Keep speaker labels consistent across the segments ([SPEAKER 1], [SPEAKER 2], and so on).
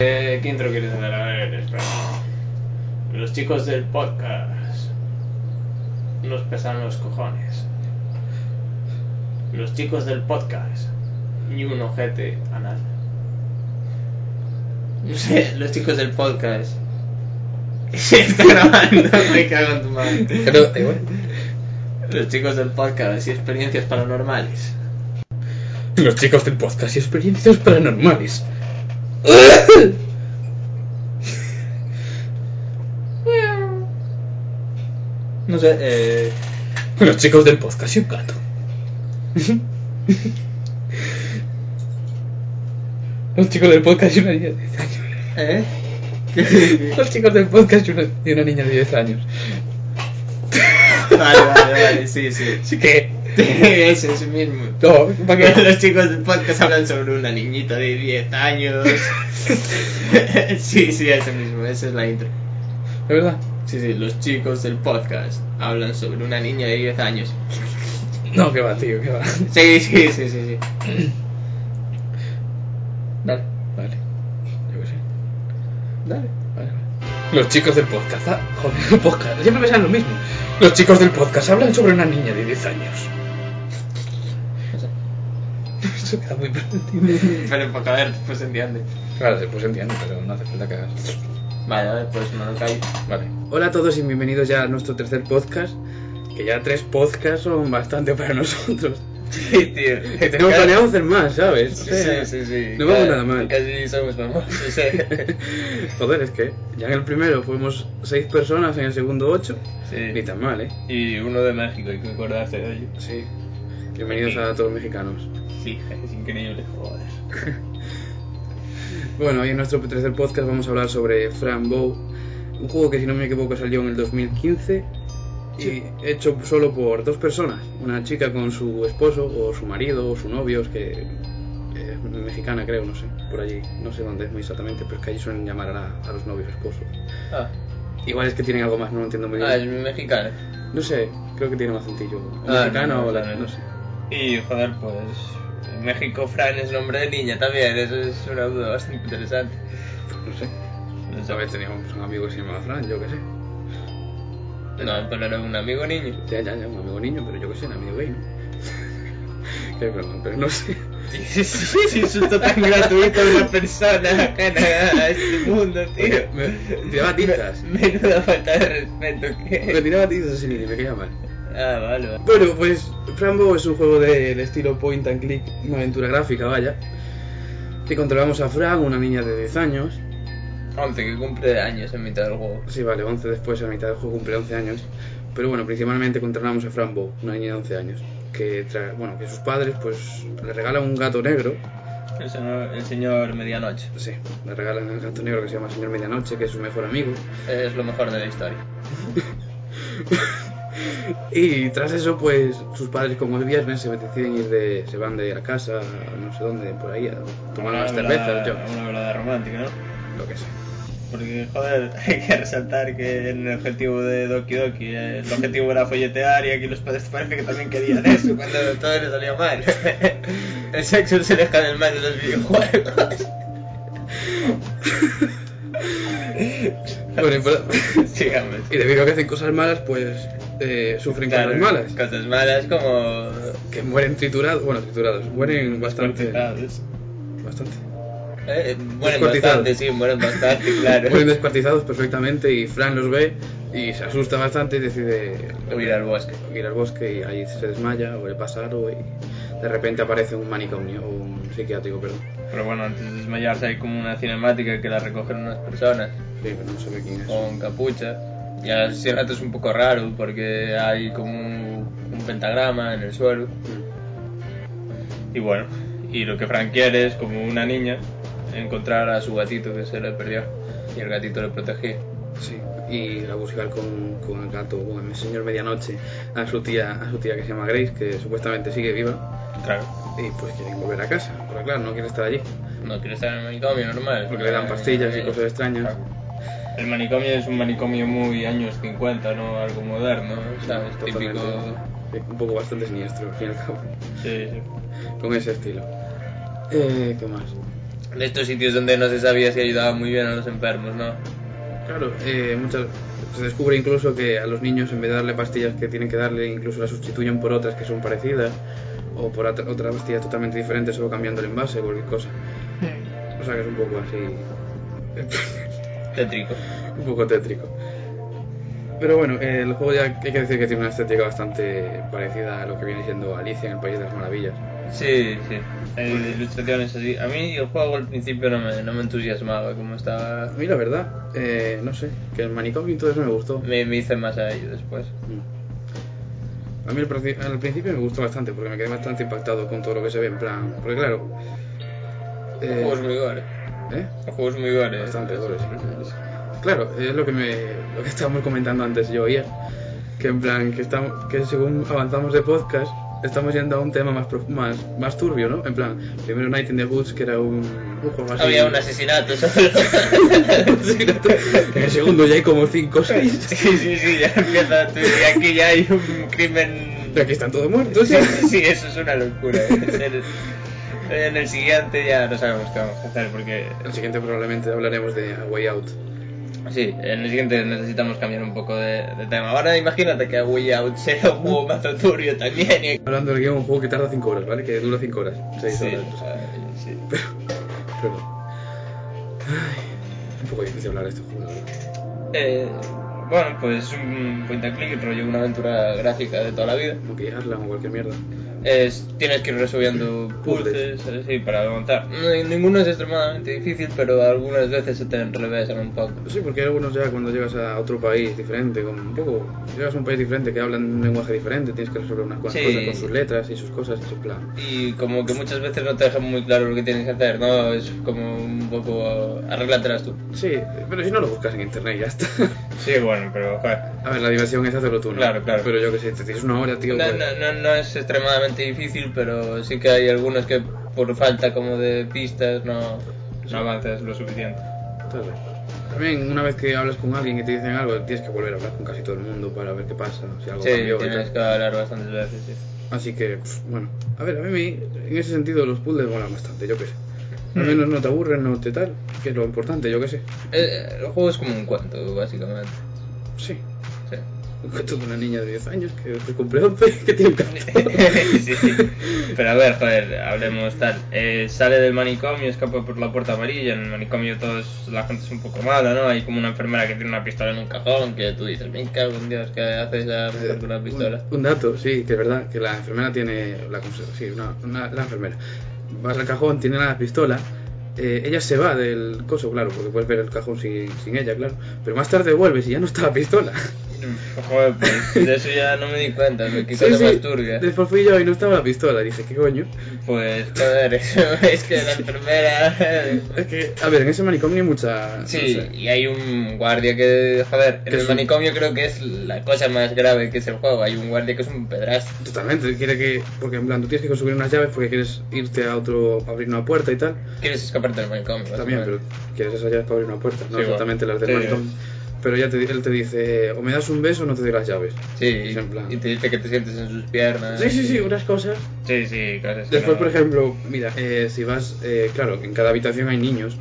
[SPEAKER 1] Eh, ¿Qué intro quieres dar? A ver, espera. Los chicos del podcast nos pesan los cojones. Los chicos del podcast y un ojete anal. No sé, los chicos del podcast. Se está grabando, me cago en tu madre.
[SPEAKER 2] Creo, da igual.
[SPEAKER 1] Los chicos del podcast y experiencias paranormales.
[SPEAKER 2] Los chicos del podcast y experiencias paranormales.
[SPEAKER 1] No sé, eh.
[SPEAKER 2] Los chicos del podcast y un gato. Los chicos del podcast y una niña de 10 años.
[SPEAKER 1] ¿Eh?
[SPEAKER 2] Los chicos del podcast y una, y una niña de 10 años.
[SPEAKER 1] Vale, vale, vale, sí, sí.
[SPEAKER 2] Así que...
[SPEAKER 1] Ese es el mismo.
[SPEAKER 2] No, ¿para
[SPEAKER 1] Porque
[SPEAKER 2] qué?
[SPEAKER 1] los chicos del podcast hablan sobre una niñita de 10 años. sí, sí, ese mismo, esa es la intro.
[SPEAKER 2] ¿De verdad?
[SPEAKER 1] Sí, sí, los chicos del podcast hablan sobre una niña de 10 años.
[SPEAKER 2] No, que va, tío, que va.
[SPEAKER 1] Sí, sí, sí, sí, sí.
[SPEAKER 2] Dale. Vale. Yo qué sé.
[SPEAKER 1] Dale.
[SPEAKER 2] Vale, vale. Los chicos del podcast. ah, joder, el podcast. Siempre me sale lo mismo. Los chicos del podcast hablan sobre una niña de 10 años. Eso queda muy pervertido.
[SPEAKER 1] Pero para caer, pues entiende.
[SPEAKER 2] Claro, sí, pues entiendo, pero no hace falta que hagas.
[SPEAKER 1] Vale, vale, pues me lo callo.
[SPEAKER 2] Vale. Hola a todos y bienvenidos ya a nuestro tercer podcast. Que ya tres podcasts son bastante para nosotros.
[SPEAKER 1] Sí, tío.
[SPEAKER 2] Que tenemos planeado hacer más, ¿sabes? O
[SPEAKER 1] Sí,
[SPEAKER 2] sea,
[SPEAKER 1] sí, sí, sí.
[SPEAKER 2] No vamos
[SPEAKER 1] Ca-
[SPEAKER 2] nada mal.
[SPEAKER 1] Casi somos famosos, sí.
[SPEAKER 2] Joder, es que ya en el primero fuimos seis personas, en el segundo ocho. Ni tan mal, ¿eh?
[SPEAKER 1] Y uno de México, hay que acordarse de ello.
[SPEAKER 2] Sí. Bienvenidos a todos los mexicanos.
[SPEAKER 1] Sí, es increíble, joder.
[SPEAKER 2] Bueno, hoy en nuestro tercer podcast vamos a hablar sobre Frambow, un juego que si no me equivoco salió en el 2015
[SPEAKER 1] Sí.
[SPEAKER 2] y hecho solo por dos personas, una chica con su esposo o su marido o su novio, es que es mexicana creo, no sé, por allí, no sé dónde es muy exactamente, pero es que allí suelen llamar a, la- a los novios esposos.
[SPEAKER 1] Ah,
[SPEAKER 2] Igual es que tienen algo más, no lo entiendo muy
[SPEAKER 1] ah, es
[SPEAKER 2] bien.
[SPEAKER 1] mexicano.
[SPEAKER 2] No sé, creo que tiene más centillo.
[SPEAKER 1] Ah,
[SPEAKER 2] mexicana
[SPEAKER 1] no,
[SPEAKER 2] o
[SPEAKER 1] no,
[SPEAKER 2] la-
[SPEAKER 1] no.
[SPEAKER 2] no sé.
[SPEAKER 1] Y joder, pues. En México, Fran es nombre de niña también. Eso es una duda bastante interesante.
[SPEAKER 2] No sé.
[SPEAKER 1] No
[SPEAKER 2] Esta vez teníamos un amigo que se llamaba Fran, yo qué sé.
[SPEAKER 1] No, pero era un amigo niño.
[SPEAKER 2] Ya, ya, ya, un amigo niño, pero yo que sé, un amigo gay, ¿no? Qué broma, pero no sé.
[SPEAKER 1] Es insulto tan gratuito a una persona ajena a este mundo, tío.
[SPEAKER 2] Me, me tiraba tizas.
[SPEAKER 1] Menuda falta de respeto
[SPEAKER 2] Me
[SPEAKER 1] que.
[SPEAKER 2] tiraba tizas sin ni me caía mal.
[SPEAKER 1] Ah, vale, vale.
[SPEAKER 2] Bueno, pues Frambo es un juego del estilo point and click, una aventura gráfica, vaya. Que controlamos a Fran, una niña de 10 años.
[SPEAKER 1] 11 que cumple años en mitad del juego.
[SPEAKER 2] Sí, vale, 11 después, a mitad del juego cumple 11 años. Pero bueno, principalmente controlamos a Frambo, una niña de 11 años. Que, tra- bueno, que sus padres pues le regalan un gato negro
[SPEAKER 1] El señor, el señor Medianoche.
[SPEAKER 2] Sí, le regalan al gato negro que se llama Señor Medianoche, que es su mejor amigo.
[SPEAKER 1] Es lo mejor de la historia.
[SPEAKER 2] Y tras eso, pues sus padres, como el viernes, se deciden ir de. se van de la casa, a no sé dónde, por ahí, a tomar unas cervezas, yo,
[SPEAKER 1] Una velada romántica, ¿no?
[SPEAKER 2] lo que sea.
[SPEAKER 1] Porque, joder, hay que resaltar que en el objetivo de Doki Doki eh, el objetivo era folletear y aquí los padres parece que también querían eso cuando todo les salía mal. El sexo se deja del mal de los videojuegos.
[SPEAKER 2] Bueno, y, por-
[SPEAKER 1] Sigamos.
[SPEAKER 2] y debido a que hacen cosas malas, pues eh, sufren
[SPEAKER 1] Claro,
[SPEAKER 2] cosas malas.
[SPEAKER 1] Cosas malas como...
[SPEAKER 2] Que mueren triturados, bueno, triturados, mueren bastante. Bastante.
[SPEAKER 1] Eh, mueren
[SPEAKER 2] Descuartizados.
[SPEAKER 1] bastante, sí, mueren bastante, claro.
[SPEAKER 2] Mueren descuartizados perfectamente y Fran los ve y se asusta bastante y decide
[SPEAKER 1] Huir al bosque.
[SPEAKER 2] ir al bosque y ahí se desmaya o le pasa algo y de repente aparece un manicomio o un psiquiátrico, perdón.
[SPEAKER 1] Pero bueno, antes de desmayarse hay como una cinemática que la recogen unas personas.
[SPEAKER 2] Sí, pero no sé quién es.
[SPEAKER 1] con capucha. Y el asesinato es un poco raro porque hay como un, un pentagrama en el suelo.
[SPEAKER 2] Mm.
[SPEAKER 1] Y bueno, y lo que Frank quiere es, como una niña, encontrar a su gatito que se le perdió. Y el gatito le protegía.
[SPEAKER 2] Sí, y a buscar con, con el gato, con el señor medianoche, a su tía, a su tía que se llama Grace, que supuestamente sigue viva,
[SPEAKER 1] Claro.
[SPEAKER 2] y pues quieren volver a casa, pero claro, no quiere estar allí.
[SPEAKER 1] No quiere estar en el manicomio normal.
[SPEAKER 2] Porque le dan pastillas y
[SPEAKER 1] Eh,
[SPEAKER 2] cosas extrañas.
[SPEAKER 1] El manicomio es un manicomio muy años 50, ¿no? Algo moderno, ¿sabes?
[SPEAKER 2] Totalmente.
[SPEAKER 1] Típico...
[SPEAKER 2] Sí, Un poco bastante siniestro, al fin y al cabo,
[SPEAKER 1] Sí, sí.
[SPEAKER 2] con ese estilo. Eh, ¿Qué más?
[SPEAKER 1] de estos sitios donde no se sabía si ayudaba muy bien a los enfermos, ¿no?
[SPEAKER 2] Claro, eh, muchas, se descubre incluso que a los niños en vez de darle pastillas que tienen que darle, incluso las sustituyen por otras que son parecidas o por otra- otras pastillas totalmente diferentes, solo cambiando el envase o cualquier cosa. O sea que es un poco así.
[SPEAKER 1] Tétrico.
[SPEAKER 2] un poco tétrico. Pero bueno, eh, el juego ya hay que decir que tiene una estética bastante parecida a lo que viene siendo Alicia en el País de las Maravillas.
[SPEAKER 1] Sí, sí. Hay ilustraciones así. A mí el juego al principio no me, no me entusiasmaba como estaba.
[SPEAKER 2] A mí la verdad, eh, no sé, que el manicomio y todo eso me gustó.
[SPEAKER 1] Me, me hice más a ello después.
[SPEAKER 2] Mm. A mí al, princi- al principio me gustó bastante porque me quedé bastante impactado con todo lo que se ve en plan. Porque claro.
[SPEAKER 1] El
[SPEAKER 2] eh,
[SPEAKER 1] juego es muy gore.
[SPEAKER 2] ¿eh,
[SPEAKER 1] El juego es muy gore.
[SPEAKER 2] Bastante
[SPEAKER 1] Es-
[SPEAKER 2] gore, sí. Claro, es lo que me lo que estábamos comentando antes yo y él, que en plan que estamos que según avanzamos de podcast estamos yendo a un tema más prof- más más turbio, ¿no? En plan, primero Night in the Woods que era un, un juego así.
[SPEAKER 1] Había un asesinato.
[SPEAKER 2] asesinato. en el segundo ya hay como 5 o 6.
[SPEAKER 1] Sí, sí, sí, ya empieza. tú- y aquí ya hay un crimen.
[SPEAKER 2] Aquí están todos muertos.
[SPEAKER 1] Sí,
[SPEAKER 2] ya.
[SPEAKER 1] sí, sí, eso es una locura. ¿eh? Es el- en el siguiente ya no sabemos qué vamos a hacer porque.
[SPEAKER 2] El siguiente probablemente hablaremos de A Way Out.
[SPEAKER 1] Sí, en el siguiente necesitamos cambiar un poco de, de tema. Ahora imagínate que Way Out sea un juego más turbio también. y-
[SPEAKER 2] Hablando del guión, un juego que tarda 5 horas, ¿vale? Que dura 5 horas, 6
[SPEAKER 1] Sí,
[SPEAKER 2] horas.
[SPEAKER 1] o sea, sí.
[SPEAKER 2] Pero... Ay, un poco difícil hablar de este juego. la verdad.
[SPEAKER 1] Eh, bueno, pues un point and click, rollo una aventura gráfica de toda la vida.
[SPEAKER 2] Monkey Island o cualquier mierda.
[SPEAKER 1] Es- tienes que ir resolviendo
[SPEAKER 2] Puzzles.
[SPEAKER 1] puzzles eh, sí, para avanzar. No- Ninguno es extremadamente difícil, pero algunas veces se te enrevesan un poco.
[SPEAKER 2] Sí, porque hay algunos ya cuando llegas a otro país diferente, como un poco... Llegas a un país diferente que hablan un lenguaje diferente, tienes que resolver unas cuantas
[SPEAKER 1] Sí.
[SPEAKER 2] cosas con sus letras y sus cosas y su plan.
[SPEAKER 1] Y como que muchas veces no te dejan muy claro lo que tienes que hacer, ¿no? Es como un poco... arréglatelas tú.
[SPEAKER 2] Sí, pero si no lo buscas en internet ya está.
[SPEAKER 1] Sí, bueno, pero joder.
[SPEAKER 2] A ver, la diversión es hacerlo tú, ¿no?
[SPEAKER 1] Claro, claro.
[SPEAKER 2] Pero yo que sé, te tienes una hora, tío...
[SPEAKER 1] No,
[SPEAKER 2] pues-
[SPEAKER 1] no, no, no es extremadamente difícil, pero sí que hay algunos que por falta como de pistas no, no avanzas lo suficiente.
[SPEAKER 2] Tal vez. También una vez que hablas con alguien y te dicen algo, tienes que volver a hablar con casi todo el mundo para ver qué pasa, si algo
[SPEAKER 1] Sí,
[SPEAKER 2] cambió y
[SPEAKER 1] tienes
[SPEAKER 2] tal.
[SPEAKER 1] que hablar bastantes veces, sí.
[SPEAKER 2] Así que, pf, bueno, a ver, a mí me- en ese sentido los puzzles molan bastante, yo qué sé.
[SPEAKER 1] Mm.
[SPEAKER 2] Al menos no te aburren, no te tal, que es lo importante, yo qué sé.
[SPEAKER 1] Eh, El, juego es como un cuento, básicamente.
[SPEAKER 2] Sí,
[SPEAKER 1] Sí.
[SPEAKER 2] un cuento de una niña de 10 años que se cumple 11, que tiene un gato.
[SPEAKER 1] Sí. Pero a ver, joder, hablemos tal. Eh, sale del manicomio, escapa por la puerta amarilla. En el manicomio todos, la gente es un poco mala, ¿no? Hay como una enfermera que tiene una pistola en un cajón que tú dices, me cago en Dios, ¿qué hace esa mujer con una pistola?
[SPEAKER 2] Un, un dato, sí, que es verdad, que la enfermera tiene. La, conse- sí, una, una- la enfermera. Vas al cajón, tiene la pistola. eh, ella se va del coso, claro, porque puedes ver el cajón sin, sin ella, claro. Pero más tarde vuelves y ya no está la pistola.
[SPEAKER 1] Joder, pues de eso ya no me di cuenta, ¿no? qué
[SPEAKER 2] Sí,
[SPEAKER 1] cosa
[SPEAKER 2] sí,
[SPEAKER 1] más turbia.
[SPEAKER 2] Después fui yo y no estaba la pistola. Dije, ¿qué coño?
[SPEAKER 1] Pues, joder, eso es que la enfermera.
[SPEAKER 2] Es que, a ver, en ese manicomio hay mucha.
[SPEAKER 1] Sí,
[SPEAKER 2] no sé.
[SPEAKER 1] y hay un guardia que. Joder,
[SPEAKER 2] Que
[SPEAKER 1] en el
[SPEAKER 2] es un-
[SPEAKER 1] manicomio creo que es la cosa más grave que es el juego. Hay un guardia que es un pedrastro.
[SPEAKER 2] Totalmente, quiere que. Porque en plan, tú tienes que conseguir unas llaves porque quieres irte a otro. abrir una puerta y tal.
[SPEAKER 1] Quieres escaparte del manicomio.
[SPEAKER 2] También, pero
[SPEAKER 1] básicamente.
[SPEAKER 2] quieres esas llaves para abrir una puerta, no
[SPEAKER 1] Sí,
[SPEAKER 2] exactamente
[SPEAKER 1] bueno.
[SPEAKER 2] las del
[SPEAKER 1] Sí.
[SPEAKER 2] manicomio. Pero ya te, él te dice, o me das un beso o no te doy las llaves. Es en plan-
[SPEAKER 1] Sí, y te dice que te sientes en sus piernas.
[SPEAKER 2] Sí, sí, sí,
[SPEAKER 1] y-
[SPEAKER 2] unas cosas.
[SPEAKER 1] Sí, sí, cosas que
[SPEAKER 2] Después,
[SPEAKER 1] no-
[SPEAKER 2] por ejemplo, mira, eh, si vas, eh, claro, en cada habitación hay niños.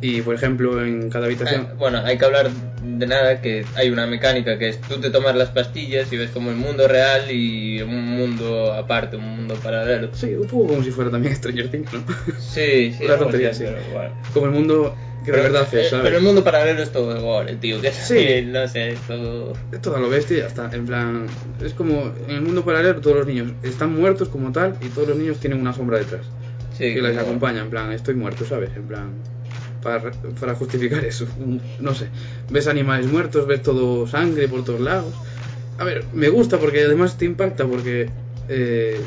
[SPEAKER 2] Y, por ejemplo, en cada habitación...
[SPEAKER 1] Ah, bueno, hay que hablar de nada que hay una mecánica que es tú te tomas las pastillas y ves como el mundo real y un mundo aparte, un mundo paralelo.
[SPEAKER 2] Sí, un poco como si fuera también Stranger Things, ¿no?
[SPEAKER 1] Sí, sí.
[SPEAKER 2] Una tontería,
[SPEAKER 1] pues,
[SPEAKER 2] sí.
[SPEAKER 1] Pero, bueno.
[SPEAKER 2] como el mundo que de verdad hace,
[SPEAKER 1] eh,
[SPEAKER 2] ¿sabes?
[SPEAKER 1] pero el mundo paralelo es todo gore, tío. Que
[SPEAKER 2] Sí.
[SPEAKER 1] sí. No sé, es todo.
[SPEAKER 2] Es todo a lo bestia y ya está. En plan, es como en el mundo paralelo todos los niños están muertos como tal y todos los niños tienen una sombra detrás.
[SPEAKER 1] Sí,
[SPEAKER 2] que les
[SPEAKER 1] como-
[SPEAKER 2] acompaña, en plan, estoy muerto, ¿sabes? En plan, para, re- para justificar eso. un- No sé, ves animales muertos, ves todo sangre por todos lados. A ver, me gusta porque además te impacta porque eh,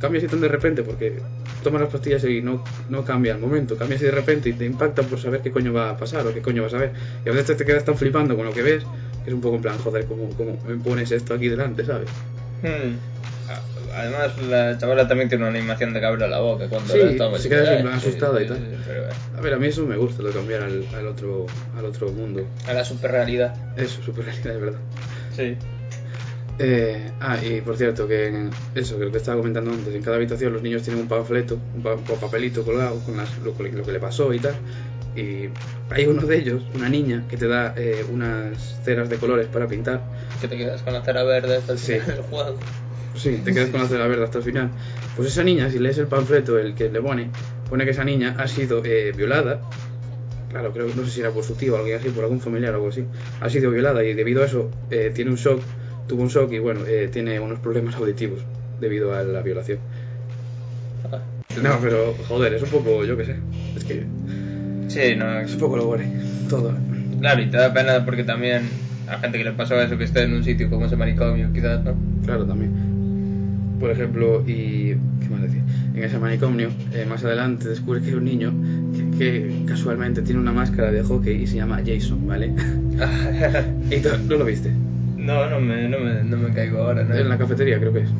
[SPEAKER 2] cambia así tan de repente porque tomas las pastillas y no, no cambia el momento, cambia así de repente y te impacta por saber qué coño va a pasar o qué coño vas a ver. Y a veces te, te quedas tan flipando con lo que ves que es un poco en plan, joder, ¿cómo, cómo me pones esto aquí delante, ¿sabes?
[SPEAKER 1] Hmm. Ah, Además, la chavala también tiene una animación de que abre la boca cuando
[SPEAKER 2] Sí,
[SPEAKER 1] la toma.
[SPEAKER 2] se queda
[SPEAKER 1] así,
[SPEAKER 2] en plan
[SPEAKER 1] ah, sí,
[SPEAKER 2] asustada y
[SPEAKER 1] sí,
[SPEAKER 2] tal.
[SPEAKER 1] sí, pero, eh,
[SPEAKER 2] A ver, a mí eso me gusta, lo de cambiar al, al otro, al otro mundo.
[SPEAKER 1] a la superrealidad.
[SPEAKER 2] Eso, super realidad, es verdad.
[SPEAKER 1] Sí.
[SPEAKER 2] Eh, ah, y por cierto, que en- eso, que lo que estaba comentando antes, en cada habitación los niños tienen un panfleto, un, pa- un papelito colgado con las- lo, que- lo que le pasó y tal. Y hay uno de ellos, una niña, que te da eh, unas ceras de colores para pintar.
[SPEAKER 1] Que te quedas con la cera verde hasta el
[SPEAKER 2] Sí.
[SPEAKER 1] final del juego.
[SPEAKER 2] Sí, te quedas con la cera verde hasta el final. Pues esa niña, si lees el panfleto, el que le pone, pone que esa niña ha sido eh, violada. Claro, creo que no sé si era por su tío o alguien así, por algún familiar o algo así. Ha sido violada y debido a eso eh, tiene un shock, tuvo un shock y bueno, eh, tiene unos problemas auditivos debido a la violación.
[SPEAKER 1] Ah.
[SPEAKER 2] No, pero joder, es un poco, yo qué sé. Es que
[SPEAKER 1] Sí, no.
[SPEAKER 2] es un poco lo gore. Todo.
[SPEAKER 1] Claro, y te da pena porque también a gente que le pasaba eso que está en un sitio como ese manicomio, quizás, ¿no?
[SPEAKER 2] Claro, también. Por ejemplo, y. ¿Qué más decir? En ese manicomio, eh, más adelante descubres que hay un niño que, que casualmente tiene una máscara de hockey y se llama Jason, ¿vale? y tú no lo viste.
[SPEAKER 1] no, no me, no, me, no me caigo ahora, ¿no?
[SPEAKER 2] En la cafetería, creo que es.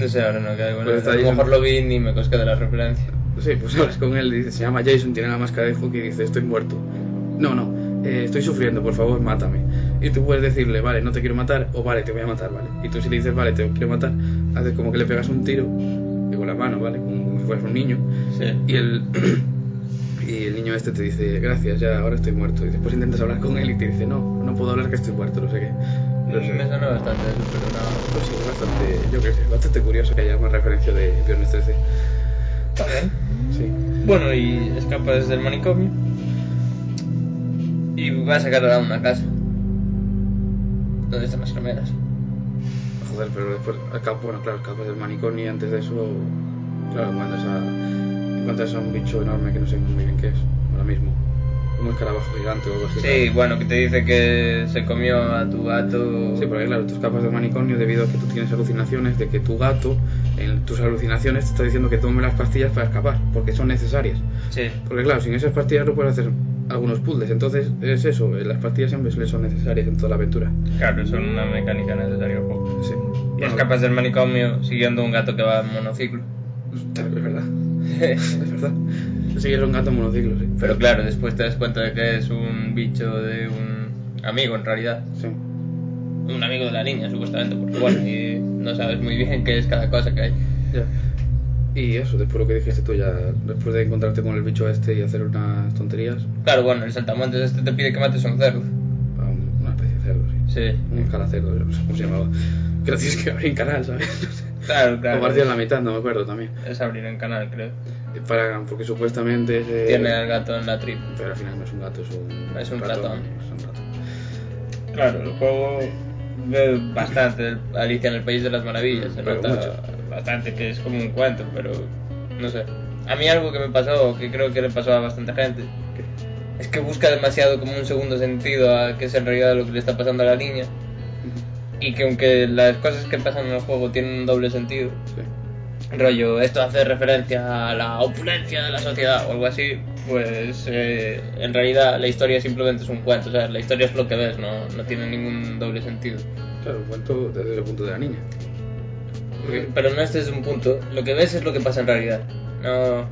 [SPEAKER 1] No sé, ahora no caigo.
[SPEAKER 2] Pues
[SPEAKER 1] no,
[SPEAKER 2] está
[SPEAKER 1] a
[SPEAKER 2] ahí,
[SPEAKER 1] lo
[SPEAKER 2] ¿no?
[SPEAKER 1] mejor lo vi y ni me cosqué de la referencia.
[SPEAKER 2] Sí, pues hablas con él y dices, se llama Jason, tiene la máscara de hockey y dice, estoy muerto. No, no, eh, estoy sufriendo, por favor, mátame. Y tú puedes decirle, vale, no te quiero matar, o vale, te voy a matar, vale. Y tú si le dices, vale, te quiero matar, haces como que le pegas un tiro, eh, con la mano, vale, como, como si fueras un niño.
[SPEAKER 1] Sí.
[SPEAKER 2] Y el, y el niño este te dice, gracias, ya, ahora estoy muerto. Y después intentas hablar con él y te dice, no, no puedo hablar que estoy muerto, no sé qué. No sé.
[SPEAKER 1] Me suena bastante eso, pero no.
[SPEAKER 2] Pues sí, es bastante, yo creo que es bastante curioso que haya una referencia de Viernes 13.
[SPEAKER 1] Está bien.
[SPEAKER 2] Sí.
[SPEAKER 1] Bueno, y escapa desde el manicomio. Y va a sacar a una casa. ¿Dónde están las cámaras?
[SPEAKER 2] Joder, pero después, al cabo- bueno, claro, escapas del manicomio y antes de eso, claro, encuentras a, encuentras a un bicho enorme que no sé muy bien qué es ahora mismo. Un escarabajo gigante o algo así.
[SPEAKER 1] Sí, bueno, que te dice que se comió a tu gato.
[SPEAKER 2] Sí, porque claro, tú escapas del manicomio debido a que tú tienes alucinaciones, de que tu gato, en tus alucinaciones, te está diciendo que tome las pastillas para escapar, porque son necesarias.
[SPEAKER 1] Sí.
[SPEAKER 2] Porque claro, sin esas pastillas no puedes hacer algunos puzzles, entonces es eso, eh, las pastillas siempre son necesarias en toda la aventura.
[SPEAKER 1] Claro, son una mecánica necesaria al juego.
[SPEAKER 2] Sí.
[SPEAKER 1] Y
[SPEAKER 2] Bueno,
[SPEAKER 1] escapas del manicomio siguiendo un gato que va en monociclo.
[SPEAKER 2] Es verdad, es verdad. Sí, que es un gato monociclo, sí.
[SPEAKER 1] Pero claro, después te das cuenta de que es un bicho de un amigo en realidad.
[SPEAKER 2] Sí.
[SPEAKER 1] Un amigo de la niña, supuestamente, porque bueno, y no sabes muy bien qué es cada cosa que hay.
[SPEAKER 2] Ya. Y eso, después lo que dijiste tú ya, después de encontrarte con el bicho este y hacer unas tonterías,
[SPEAKER 1] Claro, bueno, el saltamontes este te pide que mates a un cerdo.
[SPEAKER 2] a un- una especie de cerdo, sí.
[SPEAKER 1] Sí.
[SPEAKER 2] Un calacerdo, yo no sé cómo se llamaba. Que lo tienes que abrir en canal, ¿sabes? No sé.
[SPEAKER 1] Claro,
[SPEAKER 2] O
[SPEAKER 1] claro.
[SPEAKER 2] partir en la mitad, no me acuerdo también.
[SPEAKER 1] Es abrir en canal, creo.
[SPEAKER 2] Para, porque supuestamente es, eh,
[SPEAKER 1] Tiene al gato en la tripa.
[SPEAKER 2] Pero al final no es un gato, es un.
[SPEAKER 1] Es un ratón.
[SPEAKER 2] Es un ratón.
[SPEAKER 1] Claro, el juego ve bastante el- Alicia en el País de las Maravillas. Se
[SPEAKER 2] Pero
[SPEAKER 1] nota bastante que es como un cuento, pero no sé. A mí algo que me pasó, que creo que le pasó a bastante gente, es que busca demasiado como un segundo sentido a qué es en realidad lo que le está pasando a la niña. Y que aunque las cosas que pasan en el juego tienen un doble sentido,
[SPEAKER 2] Sí.
[SPEAKER 1] rollo, esto hace referencia a la opulencia de la sociedad o algo así, pues eh, en realidad la historia simplemente es un cuento, o sea, la historia es lo que ves, no, no tiene ningún doble sentido.
[SPEAKER 2] Claro, un cuento desde el punto de la niña. Porque-
[SPEAKER 1] Pero no este es un punto, lo que ves es lo que pasa en realidad. No,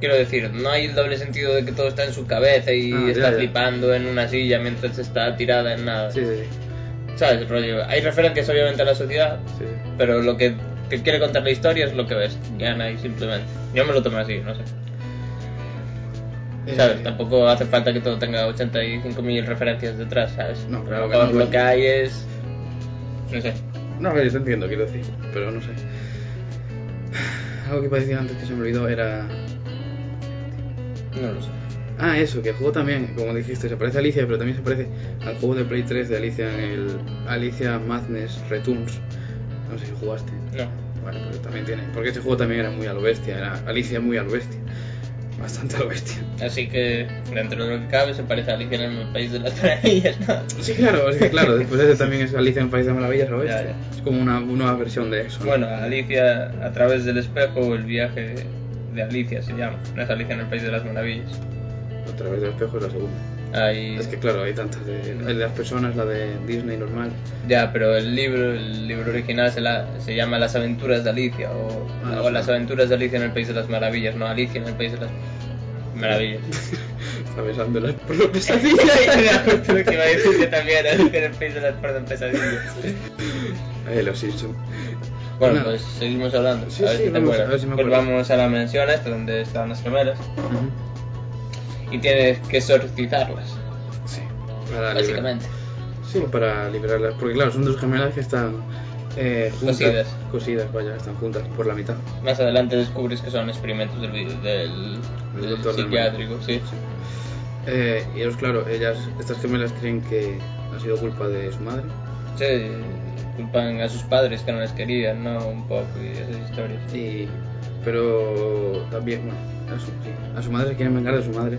[SPEAKER 1] quiero decir, no hay el doble sentido de que todo está en su cabeza y
[SPEAKER 2] Ah, ya,
[SPEAKER 1] está
[SPEAKER 2] ya.
[SPEAKER 1] flipando en una silla mientras está tirada en nada.
[SPEAKER 2] Sí, sí, sí.
[SPEAKER 1] ¿Sabes, rollo? Hay referencias obviamente a la sociedad,
[SPEAKER 2] sí, sí.
[SPEAKER 1] pero lo que te quiere contar la historia es lo que ves, ya no hay simplemente. Yo me lo tomé así, no sé. ¿Sabes?
[SPEAKER 2] Eh,
[SPEAKER 1] Tampoco hace falta que todo tenga 85.000 referencias detrás, ¿sabes?
[SPEAKER 2] No, claro que
[SPEAKER 1] Todo
[SPEAKER 2] no,
[SPEAKER 1] Lo
[SPEAKER 2] bueno.
[SPEAKER 1] que hay es. No sé.
[SPEAKER 2] No, yo te entiendo, quiero decir, pero no sé. Algo que iba a decir antes que se me olvidó era.
[SPEAKER 1] No lo sé.
[SPEAKER 2] Ah, eso, que el juego también, como dijiste, se parece a Alicia, pero también se parece al juego de Play 3 de Alicia en el Alicia Madness Returns. No sé si jugaste.
[SPEAKER 1] No.
[SPEAKER 2] Vale, pero también tiene. Porque ese juego también era muy a lo bestia, era Alicia muy a lo bestia. Bastante a lo bestia.
[SPEAKER 1] Así que, dentro de lo que cabe, se parece a Alicia en el País de las Maravillas, ¿no?
[SPEAKER 2] Sí, claro, es que claro, después ese también es Alicia en el País de las Maravillas a lo bestia.
[SPEAKER 1] Ya, ya.
[SPEAKER 2] Es como una nueva versión de eso. ¿no?
[SPEAKER 1] Bueno, Alicia a través del espejo, el viaje de Alicia se llama. No es Alicia en el País de las Maravillas.
[SPEAKER 2] A través del espejo es la segunda.
[SPEAKER 1] Hay...
[SPEAKER 2] Es que claro, hay tantas de, hay de las personas, la de Disney normal.
[SPEAKER 1] Ya, pero el libro, el libro original se, la- se llama Las aventuras de Alicia o,
[SPEAKER 2] Ah, no
[SPEAKER 1] o
[SPEAKER 2] sé.
[SPEAKER 1] Las aventuras de Alicia en el País de las Maravillas, no Alicia en el País de las Maravillas.
[SPEAKER 2] Atravesando las pesadillas.
[SPEAKER 1] Lo que iba a decir yo también, Alicia en el País de las perdón, pesadillas.
[SPEAKER 2] Eh, los Simpson.
[SPEAKER 1] Bueno,
[SPEAKER 2] Nada.
[SPEAKER 1] pues seguimos hablando.
[SPEAKER 2] Sí,
[SPEAKER 1] a ver
[SPEAKER 2] sí,
[SPEAKER 1] si te
[SPEAKER 2] vamos,
[SPEAKER 1] acuerdas.
[SPEAKER 2] a ver si me
[SPEAKER 1] Pues
[SPEAKER 2] acuerdo.
[SPEAKER 1] vamos a la mansión esta donde están las gemelas
[SPEAKER 2] Ujú.
[SPEAKER 1] y tienes que exorcizarlas,
[SPEAKER 2] Sí. Para liberar-
[SPEAKER 1] básicamente.
[SPEAKER 2] Sí, para liberarlas. Porque claro, son dos gemelas que están eh, juntas.
[SPEAKER 1] Cosidas.
[SPEAKER 2] Cosidas, vaya, están juntas por la mitad.
[SPEAKER 1] Más adelante descubres que son experimentos del, vi- del,
[SPEAKER 2] Del
[SPEAKER 1] del
[SPEAKER 2] doctor del
[SPEAKER 1] psiquiátrico, sí.
[SPEAKER 2] Eh, y ellos, claro, ellas, estas gemelas creen que ha sido culpa de su madre.
[SPEAKER 1] Sí, culpan a sus padres que no les querían, ¿no? Un poco y esas historias.
[SPEAKER 2] Y, pero también, bueno, a su, sí, a su madre se quieren vengar de su madre.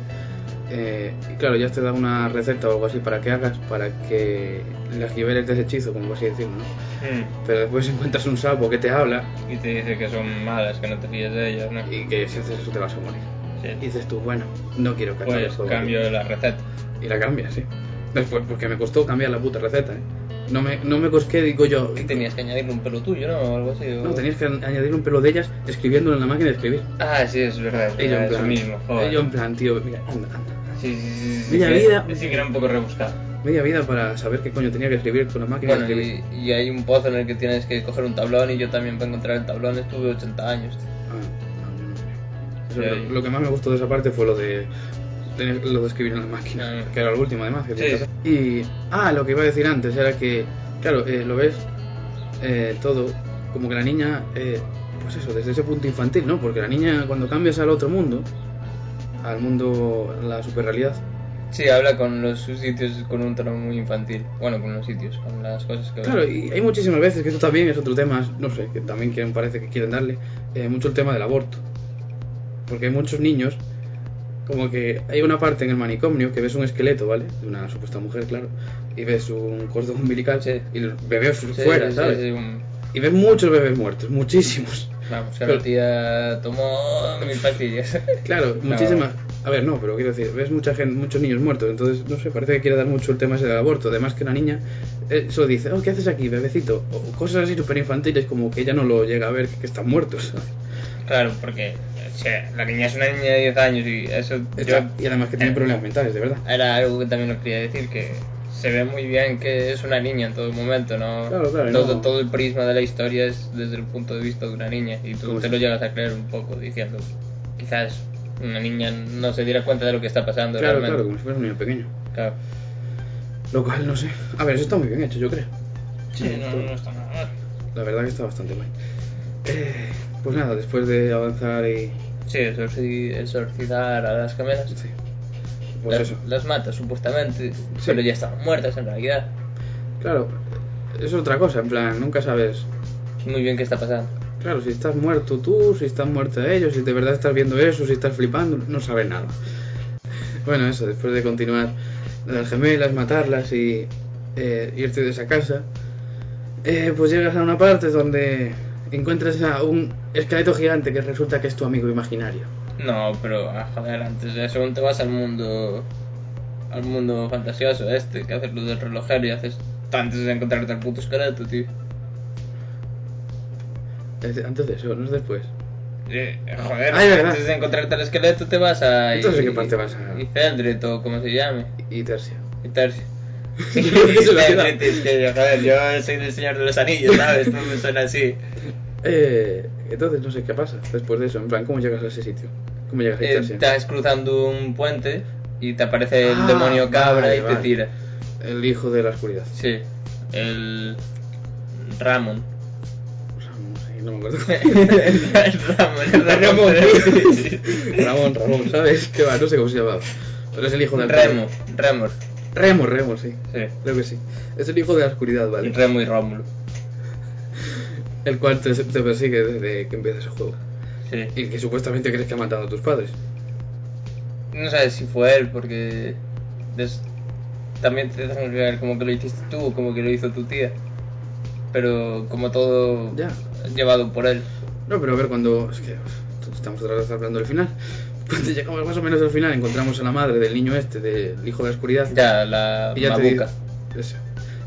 [SPEAKER 2] Eh, y claro, ya te da una receta o algo así para que hagas, para que las liberes de ese hechizo, como así decirlo, ¿no?
[SPEAKER 1] Mm.
[SPEAKER 2] Pero después encuentras un sapo que te habla
[SPEAKER 1] Y te dice que son malas, que no te fíes de ellas, ¿no?
[SPEAKER 2] y que si haces eso te vas a morir.
[SPEAKER 1] Sí.
[SPEAKER 2] Y dices tú, bueno, no quiero cachar el
[SPEAKER 1] Pues
[SPEAKER 2] juego.
[SPEAKER 1] cambio la receta.
[SPEAKER 2] Y la cambias, sí. Después, porque me costó cambiar la puta receta, ¿eh? No me, no me cosqué, digo yo.
[SPEAKER 1] ¿Qué tenías que añadirle un pelo tuyo, no? O algo así. o-
[SPEAKER 2] No, tenías que an- añadir un pelo de ellas escribiéndolo en la máquina de escribir.
[SPEAKER 1] Ah, sí, es verdad, es
[SPEAKER 2] Y yo
[SPEAKER 1] verdad,
[SPEAKER 2] en
[SPEAKER 1] es lo
[SPEAKER 2] plan,
[SPEAKER 1] mismo, joder.
[SPEAKER 2] y yo en plan, tío, mira, anda, anda.
[SPEAKER 1] Sí, sí, sí, sí.
[SPEAKER 2] Media
[SPEAKER 1] sí,
[SPEAKER 2] vida.
[SPEAKER 1] que- Sí, que era un poco rebuscado.
[SPEAKER 2] Media vida para saber qué coño tenía que escribir con la máquina
[SPEAKER 1] Bueno,
[SPEAKER 2] de escribir.
[SPEAKER 1] y, y hay un pozo en el que tienes que coger un tablón y yo también para encontrar el tablón estuve 80 años. tío.
[SPEAKER 2] Ah, no, yo no sé. Eso,
[SPEAKER 1] Ya,
[SPEAKER 2] lo,
[SPEAKER 1] ya.
[SPEAKER 2] lo que más me gustó de esa parte fue lo de, tener- lo de escribir en la máquina,
[SPEAKER 1] Ah.
[SPEAKER 2] que era lo último además. que
[SPEAKER 1] Sí.
[SPEAKER 2] tenía que hacer. Y, ah, lo que iba a decir antes era que, claro, eh, lo ves eh, todo, como que la niña, eh, pues eso, desde ese punto infantil, ¿no? Porque la niña cuando cambias al otro mundo, al mundo, la superrealidad,
[SPEAKER 1] Sí, habla con los sus sitios con un tono muy infantil. Bueno, con los sitios, con las cosas que...
[SPEAKER 2] Claro, y hay muchísimas veces que esto también es otro tema, no sé, que también quieren, parece que quieren darle eh, mucho el tema del aborto. Porque hay muchos niños, como que hay una parte en el manicomio que ves un esqueleto, ¿vale? De una supuesta mujer, claro, y ves un cordón umbilical
[SPEAKER 1] Sí.
[SPEAKER 2] y el bebé fu-
[SPEAKER 1] Sí,
[SPEAKER 2] fuera,
[SPEAKER 1] sí,
[SPEAKER 2] ¿sabes?
[SPEAKER 1] sí, sí, un-
[SPEAKER 2] Y ves muchos bebés muertos, muchísimos.
[SPEAKER 1] Vamos, que la tía tomó mil pastillas.
[SPEAKER 2] Claro,
[SPEAKER 1] No.
[SPEAKER 2] muchísimas. A ver, no, pero quiero decir, ves mucha gente, muchos niños muertos, entonces, no sé, parece que quiere dar mucho el tema ese del aborto. Además que la niña eh, solo dice, oh, ¿qué haces aquí, bebecito? O cosas así súper infantiles como que ella no lo llega a ver, que están muertos.
[SPEAKER 1] claro, porque o sea, la niña es una niña de 10 años y eso...
[SPEAKER 2] Está-
[SPEAKER 1] yo-
[SPEAKER 2] y además que tiene problemas mentales, de verdad.
[SPEAKER 1] Era algo que también lo quería decir, que se ve muy bien que es una niña en todo momento, ¿no?
[SPEAKER 2] Claro, claro, y
[SPEAKER 1] todo,
[SPEAKER 2] no-
[SPEAKER 1] todo el prisma de la historia es desde el punto de vista de una niña y tú
[SPEAKER 2] Como
[SPEAKER 1] te
[SPEAKER 2] si-
[SPEAKER 1] lo llegas a creer un poco diciendo, quizás una niña no se diera cuenta de lo que está pasando
[SPEAKER 2] Claro, claro,
[SPEAKER 1] realmente.
[SPEAKER 2] como si fuera un niño pequeño.
[SPEAKER 1] Claro.
[SPEAKER 2] Lo cual, no sé. A ver, eso está muy bien hecho, yo creo.
[SPEAKER 1] Sí, no, no está nada mal.
[SPEAKER 2] La verdad que está bastante guay. Eh, pues nada, después de avanzar y...
[SPEAKER 1] Sí, exorci- exorcizar a las gemelas.
[SPEAKER 2] Sí. Pues
[SPEAKER 1] las,
[SPEAKER 2] eso.
[SPEAKER 1] las mata supuestamente, pero ya estaban muertas en realidad.
[SPEAKER 2] Claro, es otra cosa, en plan, nunca sabes
[SPEAKER 1] Muy bien qué está pasando.
[SPEAKER 2] Claro, si estás muerto tú, si estás muerta ellos, si de verdad estás viendo eso, si estás flipando, no sabes nada. Bueno, eso, después de continuar las gemelas, matarlas y eh, irte de esa casa, eh, pues llegas a una parte donde encuentras a un esqueleto gigante que resulta que es tu amigo imaginario.
[SPEAKER 1] No, pero ah, joder, antes de eso, aún te vas al mundo al mundo fantasioso este, que haces lo del relojero y haces tantos de encontrarte al puto esqueleto, tío.
[SPEAKER 2] Es- Antes de eso, no es después.
[SPEAKER 1] Eh, joder,
[SPEAKER 2] Ah, es verdad.
[SPEAKER 1] antes de encontrarte al esqueleto te vas a...
[SPEAKER 2] Entonces,
[SPEAKER 1] y-
[SPEAKER 2] ¿qué parte vas a-
[SPEAKER 1] Y Celdret o como se llame.
[SPEAKER 2] Y Tercia.
[SPEAKER 1] Y Tercio.
[SPEAKER 2] Se me ha quedado.
[SPEAKER 1] Celdret, es que, joder, yo soy del Señor de los Anillos, ¿sabes? No me suena así.
[SPEAKER 2] Eh, entonces, no sé qué pasa después de eso. En plan, ¿cómo llegas a ese sitio? ¿Cómo llegas a
[SPEAKER 1] Eh,
[SPEAKER 2] Itersia?
[SPEAKER 1] estás cruzando un puente y te aparece el
[SPEAKER 2] Ah,
[SPEAKER 1] demonio cabra
[SPEAKER 2] vale,
[SPEAKER 1] y te
[SPEAKER 2] vale.
[SPEAKER 1] tira.
[SPEAKER 2] El hijo de la oscuridad.
[SPEAKER 1] Sí, el... Ramón.
[SPEAKER 2] O sea, Pues, no sé, no me acuerdo.
[SPEAKER 1] Ramón,
[SPEAKER 2] Ramón,
[SPEAKER 1] Ramón.
[SPEAKER 2] Ramón, Ramón, ¿sabes? Qué va, no sé cómo se llamaba. Pero es el hijo de la
[SPEAKER 1] Remo, Remor.
[SPEAKER 2] Remo, Remo, sí.
[SPEAKER 1] Sí.
[SPEAKER 2] Creo que sí. Es el hijo de la oscuridad, ¿vale?
[SPEAKER 1] Remo y Rómulo.
[SPEAKER 2] El cual te, te persigue desde que empiezas el juego.
[SPEAKER 1] Sí.
[SPEAKER 2] Y que supuestamente crees que ha matado a tus padres.
[SPEAKER 1] No sabes si fue él, porque. des- También te dejan creer como que lo hiciste tú, como que lo hizo tu tía. Pero como todo.
[SPEAKER 2] Ya.
[SPEAKER 1] Llevado por él.
[SPEAKER 2] No, pero a ver, cuando. Es que. uf, Estamos otra vez hablando del final. Cuando llegamos más o menos al final, encontramos a la madre del niño este, del hijo de la oscuridad.
[SPEAKER 1] Ya, la
[SPEAKER 2] Y ya te
[SPEAKER 1] mabuca.
[SPEAKER 2] dice- eso.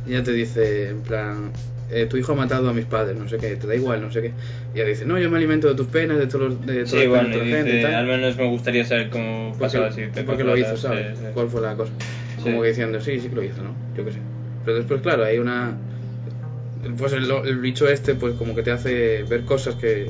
[SPEAKER 2] Y ya te dice, en plan, eh, tu hijo ha matado a mis padres, no sé qué, te da igual, no sé qué. Y ella dice, no, yo me alimento de tus penas, de todos los- de todas
[SPEAKER 1] Sí,
[SPEAKER 2] las penas
[SPEAKER 1] bueno,
[SPEAKER 2] de
[SPEAKER 1] y
[SPEAKER 2] otra gente y
[SPEAKER 1] dice,
[SPEAKER 2] tal.
[SPEAKER 1] al menos me gustaría saber cómo
[SPEAKER 2] Porque,
[SPEAKER 1] pasó así. te
[SPEAKER 2] porque lo hizo,
[SPEAKER 1] controlas".
[SPEAKER 2] ¿sabes?
[SPEAKER 1] Sí, sí.
[SPEAKER 2] ¿Cuál fue la cosa?
[SPEAKER 1] Sí.
[SPEAKER 2] Como que diciendo, sí, sí que lo hizo, ¿no? Yo qué sé. Pero después, claro, hay una... pues el, el bicho este, pues como que te hace ver cosas que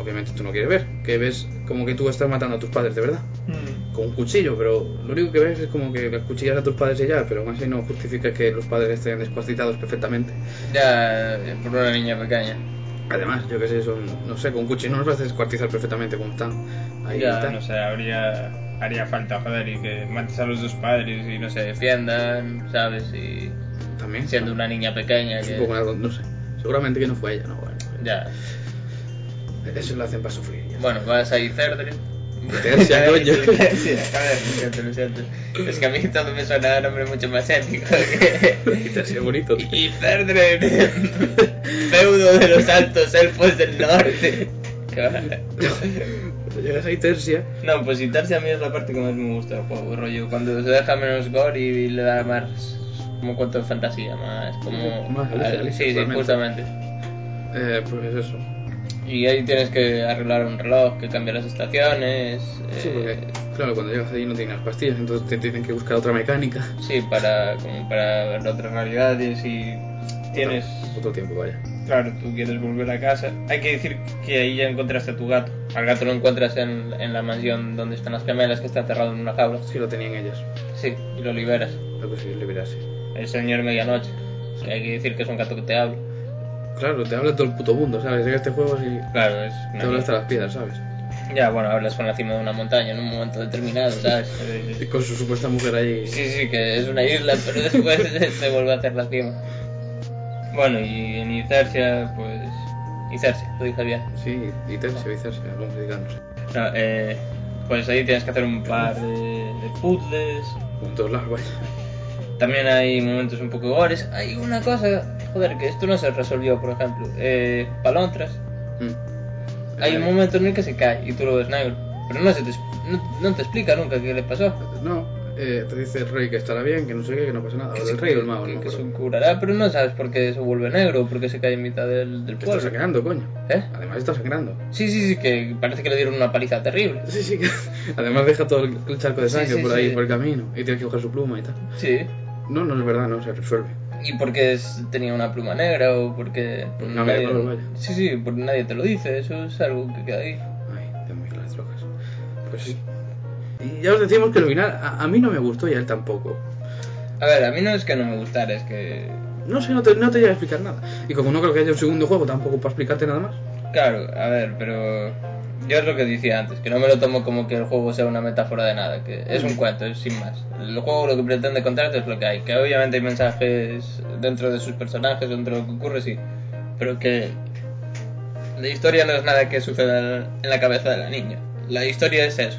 [SPEAKER 2] obviamente tú no quieres ver. Que ves como que tú estás matando a tus padres de verdad,
[SPEAKER 3] Mm.
[SPEAKER 2] con un cuchillo, pero lo único que ves es como que las cuchillas a tus padres y ya, pero aún así no justifica que los padres estén descuartizados perfectamente.
[SPEAKER 3] Ya, eh, por una niña pequeña.
[SPEAKER 2] Además, yo que sé, son, no sé, con un cuchillo no los vas a descuartizar perfectamente como están. Ahí
[SPEAKER 3] ya,
[SPEAKER 2] está.
[SPEAKER 3] no sé, habría, haría falta, joder, y que mates a los dos padres y no se defiendan, ¿sabes? Y
[SPEAKER 2] También.
[SPEAKER 3] siendo
[SPEAKER 2] ¿no?
[SPEAKER 3] una niña pequeña
[SPEAKER 2] Es un
[SPEAKER 3] que...
[SPEAKER 2] poco algo, no sé. Seguramente que no fue ella, no, bueno.
[SPEAKER 3] Ya,
[SPEAKER 2] Eso lo hacen para sufrir. ya.
[SPEAKER 3] bueno, vas a Cerdri.
[SPEAKER 2] Itercia, coño.
[SPEAKER 3] Es que a mí todo me suena a nombre mucho más épico que...
[SPEAKER 2] Itercia es bonito. tío.
[SPEAKER 3] Y Cerdren, feudo de los altos elfos del norte.
[SPEAKER 2] Llegas a Itercia.
[SPEAKER 3] No, pues Itarse a mí es la parte que más me gusta del juego, rollo. Cuando se deja menos gore y le da más. como un cuento de fantasía, más. como. ah,
[SPEAKER 2] Más realista,
[SPEAKER 3] sí, sí,
[SPEAKER 2] realmente.
[SPEAKER 3] justamente.
[SPEAKER 2] Eh, pues es eso.
[SPEAKER 3] Y ahí tienes que arreglar un reloj que cambia las estaciones.
[SPEAKER 2] Sí,
[SPEAKER 3] eh,
[SPEAKER 2] porque, claro, cuando llegas allí no tienen las pastillas, entonces te tienen que buscar otra mecánica.
[SPEAKER 3] sí, para, como para ver otras realidades y. tienes.
[SPEAKER 2] Otro tiempo, vaya.
[SPEAKER 3] Claro, tú quieres volver a casa. Hay que decir que ahí ya encontraste a tu gato. Al gato lo encuentras en, en la mansión donde están las gemelas, que está cerrado en una jaula.
[SPEAKER 2] Sí, lo tenían ellos.
[SPEAKER 3] Sí, y lo liberas.
[SPEAKER 2] Lo que sí, liberarse.
[SPEAKER 3] El señor medianoche. Que Eh, hay que decir que es un gato que te habla.
[SPEAKER 2] Claro, te habla todo el puto mundo, ¿sabes? Llega este juego y
[SPEAKER 3] Claro, es
[SPEAKER 2] te
[SPEAKER 3] una
[SPEAKER 2] habla hasta
[SPEAKER 3] mierda.
[SPEAKER 2] las piedras, ¿sabes?
[SPEAKER 3] Ya, bueno, hablas con la cima de una montaña en un momento determinado, ¿sabes? Sí,
[SPEAKER 2] Y con su supuesta mujer ahí.
[SPEAKER 3] sí, que es una isla, pero después se vuelve a hacer la cima. Bueno, y en Izarcia, pues... Izarcia, lo dije bien.
[SPEAKER 2] Sí, Itercia, Itercia, vamos a dedicarnos.
[SPEAKER 3] No, eh, pues ahí tienes que hacer un par de, de puzzles.
[SPEAKER 2] Con todos lados, vaya.
[SPEAKER 3] También hay momentos un poco gores. Hay una cosa, joder, que esto no se resolvió, por ejemplo. Eh, Palontras,
[SPEAKER 2] Mm.
[SPEAKER 3] Hay
[SPEAKER 2] Eh,
[SPEAKER 3] un momento en el que se cae y tú lo ves negro. Pero no, se te, exp- no, no te explica nunca qué le pasó.
[SPEAKER 2] No, eh, te dice el rey que estará bien, que no sé qué, que no pasa nada. O el rey o el mago,
[SPEAKER 3] que,
[SPEAKER 2] no me
[SPEAKER 3] que se
[SPEAKER 2] acuerdo.
[SPEAKER 3] curará, Ah, pero no sabes por qué se vuelve negro o por qué se cae en mitad del, del
[SPEAKER 2] Que está
[SPEAKER 3] pueblo.
[SPEAKER 2] sangrando, coño.
[SPEAKER 3] ¿Eh?
[SPEAKER 2] Además está sangrando.
[SPEAKER 3] Sí, sí, sí, que parece que le dieron una paliza terrible.
[SPEAKER 2] Sí, sí, que... Además deja todo el el charco de
[SPEAKER 3] Sí,
[SPEAKER 2] sangre
[SPEAKER 3] sí,
[SPEAKER 2] por ahí,
[SPEAKER 3] sí.
[SPEAKER 2] por el camino. Y tienes que buscar su pluma y tal.
[SPEAKER 3] Sí.
[SPEAKER 2] No, no es verdad, no, se resuelve.
[SPEAKER 3] Y porque es- tenía una pluma negra o porque.
[SPEAKER 2] Porque no había color, vaya.
[SPEAKER 3] Sí, sí, porque nadie te lo dice. Eso es algo que queda ahí.
[SPEAKER 2] Ay, Dios mío, las drogas. Pues sí. Y ya os decimos que el final a, a mí no me gustó y a él tampoco.
[SPEAKER 3] A ver, a mí no es que no me gustara, es que.
[SPEAKER 2] No sé, no te, no te llega a explicar nada. Y como no creo que haya un segundo juego tampoco para explicarte nada más.
[SPEAKER 3] Claro, a ver, pero. Yo es lo que decía antes, que no me lo tomo como que el juego sea una metáfora de nada, que es un cuento, es sin más. El juego lo que pretende contarte es lo que hay, que obviamente hay mensajes dentro de sus personajes, dentro de lo que ocurre, sí, pero que la historia no es nada que suceda en la cabeza de la niña. La historia es eso,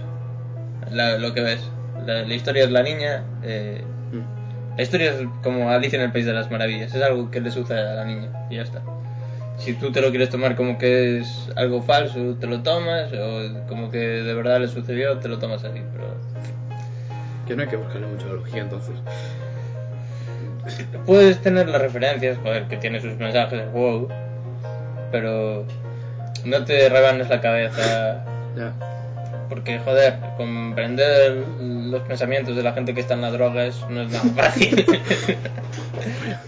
[SPEAKER 3] la- lo que ves. La, la historia es la niña, eh,
[SPEAKER 2] Mm.
[SPEAKER 3] la historia es como Alicia en el País de las Maravillas, es algo que le sucede a la niña y ya está. Si tú te lo quieres tomar como que es algo falso, te lo tomas, o como que de verdad le sucedió, te lo tomas así, pero...
[SPEAKER 2] Que no hay que buscarle mucha logía entonces.
[SPEAKER 3] Puedes tener las referencias, joder, que tiene sus mensajes de juego, pero no te rebanes la cabeza,
[SPEAKER 2] Ya.
[SPEAKER 3] porque joder, comprender los pensamientos de la gente que está en la droga es, no es nada fácil.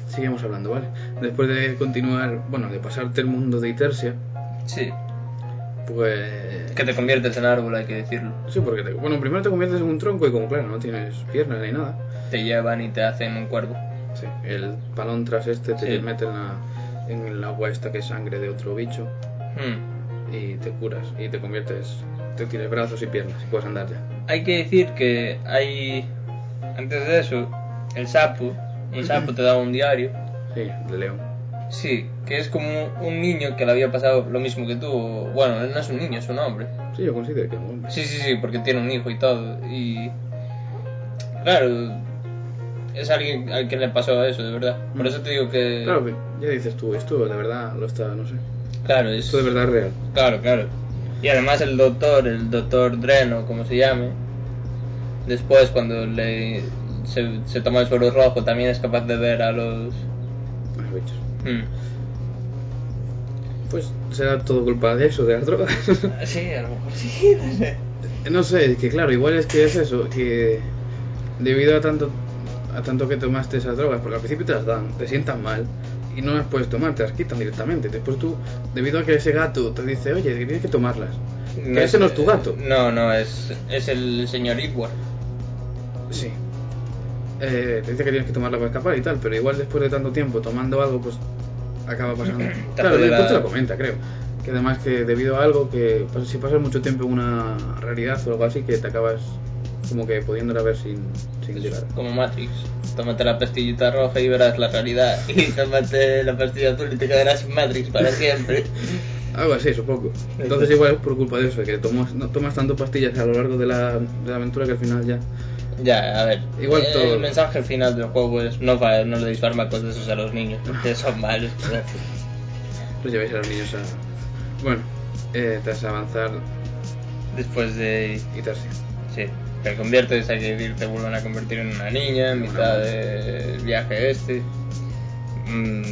[SPEAKER 2] Seguimos hablando, ¿vale? Después de continuar, bueno, de pasarte el mundo de Itercia,
[SPEAKER 3] sí,
[SPEAKER 2] pues...
[SPEAKER 3] que te conviertes en árbol, hay que decirlo.
[SPEAKER 2] Sí, porque te- bueno, primero te conviertes en un tronco y como claro, no tienes piernas ni nada.
[SPEAKER 3] Te llevan y te hacen un cuervo.
[SPEAKER 2] Sí, el palón tras este te
[SPEAKER 3] Sí.
[SPEAKER 2] mete en, la, en el agua esta que es sangre de otro bicho
[SPEAKER 3] Hmm.
[SPEAKER 2] y te curas y te conviertes, te tienes brazos y piernas y puedes andar ya.
[SPEAKER 3] Hay que decir que hay... Antes de eso, el sapo, un sapo te daba un diario.
[SPEAKER 2] Sí, de león.
[SPEAKER 3] Sí, que es como un niño que le había pasado lo mismo que tú. o- Bueno, no es un niño, es un hombre.
[SPEAKER 2] Sí, yo considero que es un hombre.
[SPEAKER 3] Sí, sí, sí, porque tiene un hijo y todo. Y. Claro, es alguien al que le pasó eso, de verdad. Por eso te digo que.
[SPEAKER 2] Claro, que ya dices tú, esto de verdad lo está, no sé,
[SPEAKER 3] claro, es.
[SPEAKER 2] esto de verdad es real.
[SPEAKER 3] Claro, claro. Y además el doctor, el doctor Dreno, como se llame, después cuando le se, se toma el suelo rojo también es capaz de ver a los...
[SPEAKER 2] Los bichos.
[SPEAKER 3] Hmm.
[SPEAKER 2] Pues será todo culpa de eso, de las drogas.
[SPEAKER 3] Sí, a lo mejor sí, no sé.
[SPEAKER 2] No sé, es que claro, igual es que es eso, que debido a tanto a tanto que tomaste esas drogas, porque al principio te las dan, te sientan mal, y no las puedes tomar, te las quitan directamente. Después tú, debido a que ese gato te dice, oye, que tienes que tomarlas.
[SPEAKER 3] No
[SPEAKER 2] que ese no es tu gato.
[SPEAKER 3] No, no, es, es el señor Edward.
[SPEAKER 2] Sí. Eh, te dice que tienes que tomarla para escapar y tal, pero igual después de tanto tiempo tomando algo, pues acaba pasando. claro,
[SPEAKER 3] puede
[SPEAKER 2] después
[SPEAKER 3] dar-
[SPEAKER 2] te lo comenta, creo. Que además que debido a algo que pues, si pasas mucho tiempo en una realidad o algo así, que te acabas como que pudiéndola ver sin, sin llegar.
[SPEAKER 3] Como Matrix. Tómate la pastillita roja y verás la realidad. Y tómate la pastilla azul y te quedarás sin Matrix para siempre.
[SPEAKER 2] Algo así, supongo. Entonces igual es por culpa de eso, que tomas, no tomas tanto pastillas a lo largo de la, de la aventura que al final ya...
[SPEAKER 3] ya, a ver.
[SPEAKER 2] Igual
[SPEAKER 3] eh,
[SPEAKER 2] todo.
[SPEAKER 3] El mensaje final del juego es no, fa- no le deis fármacos de esos a los niños porque son malos.
[SPEAKER 2] Los lleváis a los niños a... Bueno, eh, tras avanzar
[SPEAKER 3] Después de...
[SPEAKER 2] y tras...
[SPEAKER 3] Sí. Te conviertes a que te vuelven a convertir en una niña en
[SPEAKER 2] Una
[SPEAKER 3] mitad
[SPEAKER 2] monja.
[SPEAKER 3] del viaje este. Mm.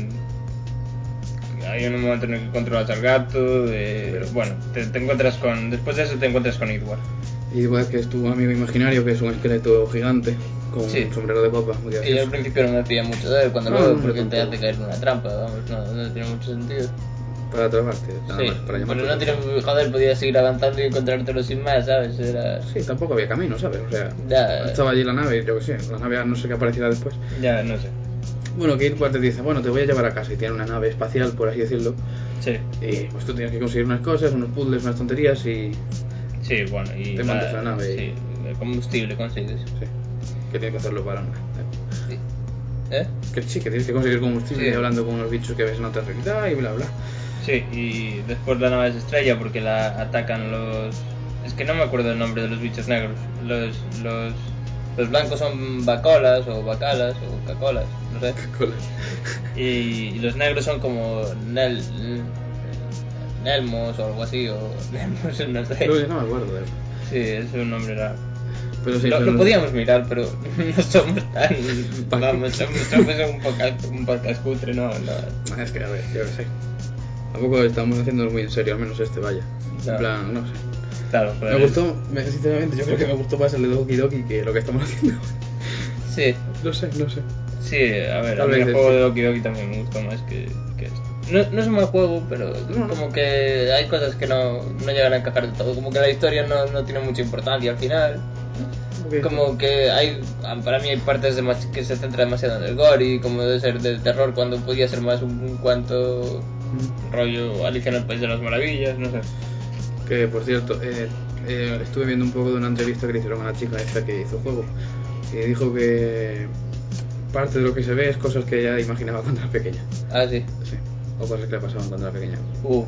[SPEAKER 3] Hay un momento en el que controlas al gato. eh,
[SPEAKER 2] Pero-
[SPEAKER 3] Bueno, te, te encuentras con. Después de eso te encuentras con Edward.
[SPEAKER 2] Y igual que es tu amigo imaginario, que es un esqueleto gigante con
[SPEAKER 3] Sí.
[SPEAKER 2] un sombrero de papa. muy
[SPEAKER 3] Y yo
[SPEAKER 2] gracioso.
[SPEAKER 3] al principio no me hacía mucho de él cuando
[SPEAKER 2] Ah, No,
[SPEAKER 3] lo veo
[SPEAKER 2] no,
[SPEAKER 3] porque
[SPEAKER 2] no,
[SPEAKER 3] te
[SPEAKER 2] tampoco.
[SPEAKER 3] hace caer en una trampa, vamos, no, no tiene mucho sentido.
[SPEAKER 2] Para atraparte, nada
[SPEAKER 3] sí,
[SPEAKER 2] más, Ah, para llamar
[SPEAKER 3] pero
[SPEAKER 2] tu
[SPEAKER 3] no tiene,
[SPEAKER 2] atención.
[SPEAKER 3] joder, podías seguir avanzando y encontrártelo sin más, ¿sabes? Era...
[SPEAKER 2] Sí, tampoco había camino, ¿sabes? O sea,
[SPEAKER 3] Ya. eh.
[SPEAKER 2] estaba allí la nave, yo qué sé, la nave no sé qué aparecerá después.
[SPEAKER 3] Ya, no sé.
[SPEAKER 2] Bueno, que Edward te dice, bueno, te voy a llevar a casa y tiene una nave espacial, por así decirlo.
[SPEAKER 3] Sí,
[SPEAKER 2] Y pues tú tienes que conseguir unas cosas, unos puzzles, unas tonterías y...
[SPEAKER 3] sí, bueno, y...
[SPEAKER 2] Te montas la nave y-
[SPEAKER 3] Sí, el combustible consigues.
[SPEAKER 2] Sí, que tienes que hacerlo para una...
[SPEAKER 3] Sí. ¿Eh?
[SPEAKER 2] Que sí, que tienes que conseguir combustible
[SPEAKER 3] Sí.
[SPEAKER 2] hablando con unos bichos que ves en otra realidad y bla, bla.
[SPEAKER 3] Sí, y después la nave se estrella porque la atacan los... Es que no me acuerdo el nombre de los bichos negros. Los, los, los blancos son bacolas o bacalas o cacolas, no sé.
[SPEAKER 2] Cola.
[SPEAKER 3] Y los negros son como Nel, Nelmos o algo así, o Nelmos, no
[SPEAKER 2] Creo
[SPEAKER 3] sé.
[SPEAKER 2] que no me acuerdo de eso.
[SPEAKER 3] Sí, es un nombre raro.
[SPEAKER 2] Pero sí,
[SPEAKER 3] Lo,
[SPEAKER 2] son
[SPEAKER 3] lo
[SPEAKER 2] unos-
[SPEAKER 3] podíamos mirar, pero no somos tan.
[SPEAKER 2] Pa-
[SPEAKER 3] Vamos, somos, somos un, podcast, un podcast cutre, no, no.
[SPEAKER 2] Ah, Es que, a ver, yo qué sé. Tampoco estamos haciéndolo muy en serio, al menos este, vaya.
[SPEAKER 3] Claro.
[SPEAKER 2] En plan, no sé.
[SPEAKER 3] Claro, pero.
[SPEAKER 2] Me gustó, me- sinceramente, yo creo que me gustó más el de Doki Doki que lo que estamos haciendo.
[SPEAKER 3] Sí,
[SPEAKER 2] no sé, no sé.
[SPEAKER 3] sí, a ver,
[SPEAKER 2] Tal
[SPEAKER 3] a mí
[SPEAKER 2] vez
[SPEAKER 3] el
[SPEAKER 2] es-
[SPEAKER 3] juego de Doki Doki también me gustó más que, que este. No, no es un mal juego, pero
[SPEAKER 2] No, no.
[SPEAKER 3] como que hay cosas que no, no llegan a encajar del todo. Como que la historia no, no tiene mucha importancia al final.
[SPEAKER 2] Ok.
[SPEAKER 3] Como que hay, para mí hay partes demas- que se centra demasiado en el gore y como debe ser del terror cuando podía ser más un, un cuanto
[SPEAKER 2] Mm.
[SPEAKER 3] rollo Alicia en el País de las Maravillas, no sé.
[SPEAKER 2] Que, por cierto, eh, eh, estuve viendo un poco de una entrevista que le hicieron a la chica esta que hizo juego. Que dijo que parte de lo que se ve es cosas que ella imaginaba cuando era pequeña.
[SPEAKER 3] Ah, sí.
[SPEAKER 2] Sí. O cosas que le pasaban cuando era pequeña.
[SPEAKER 3] Uh.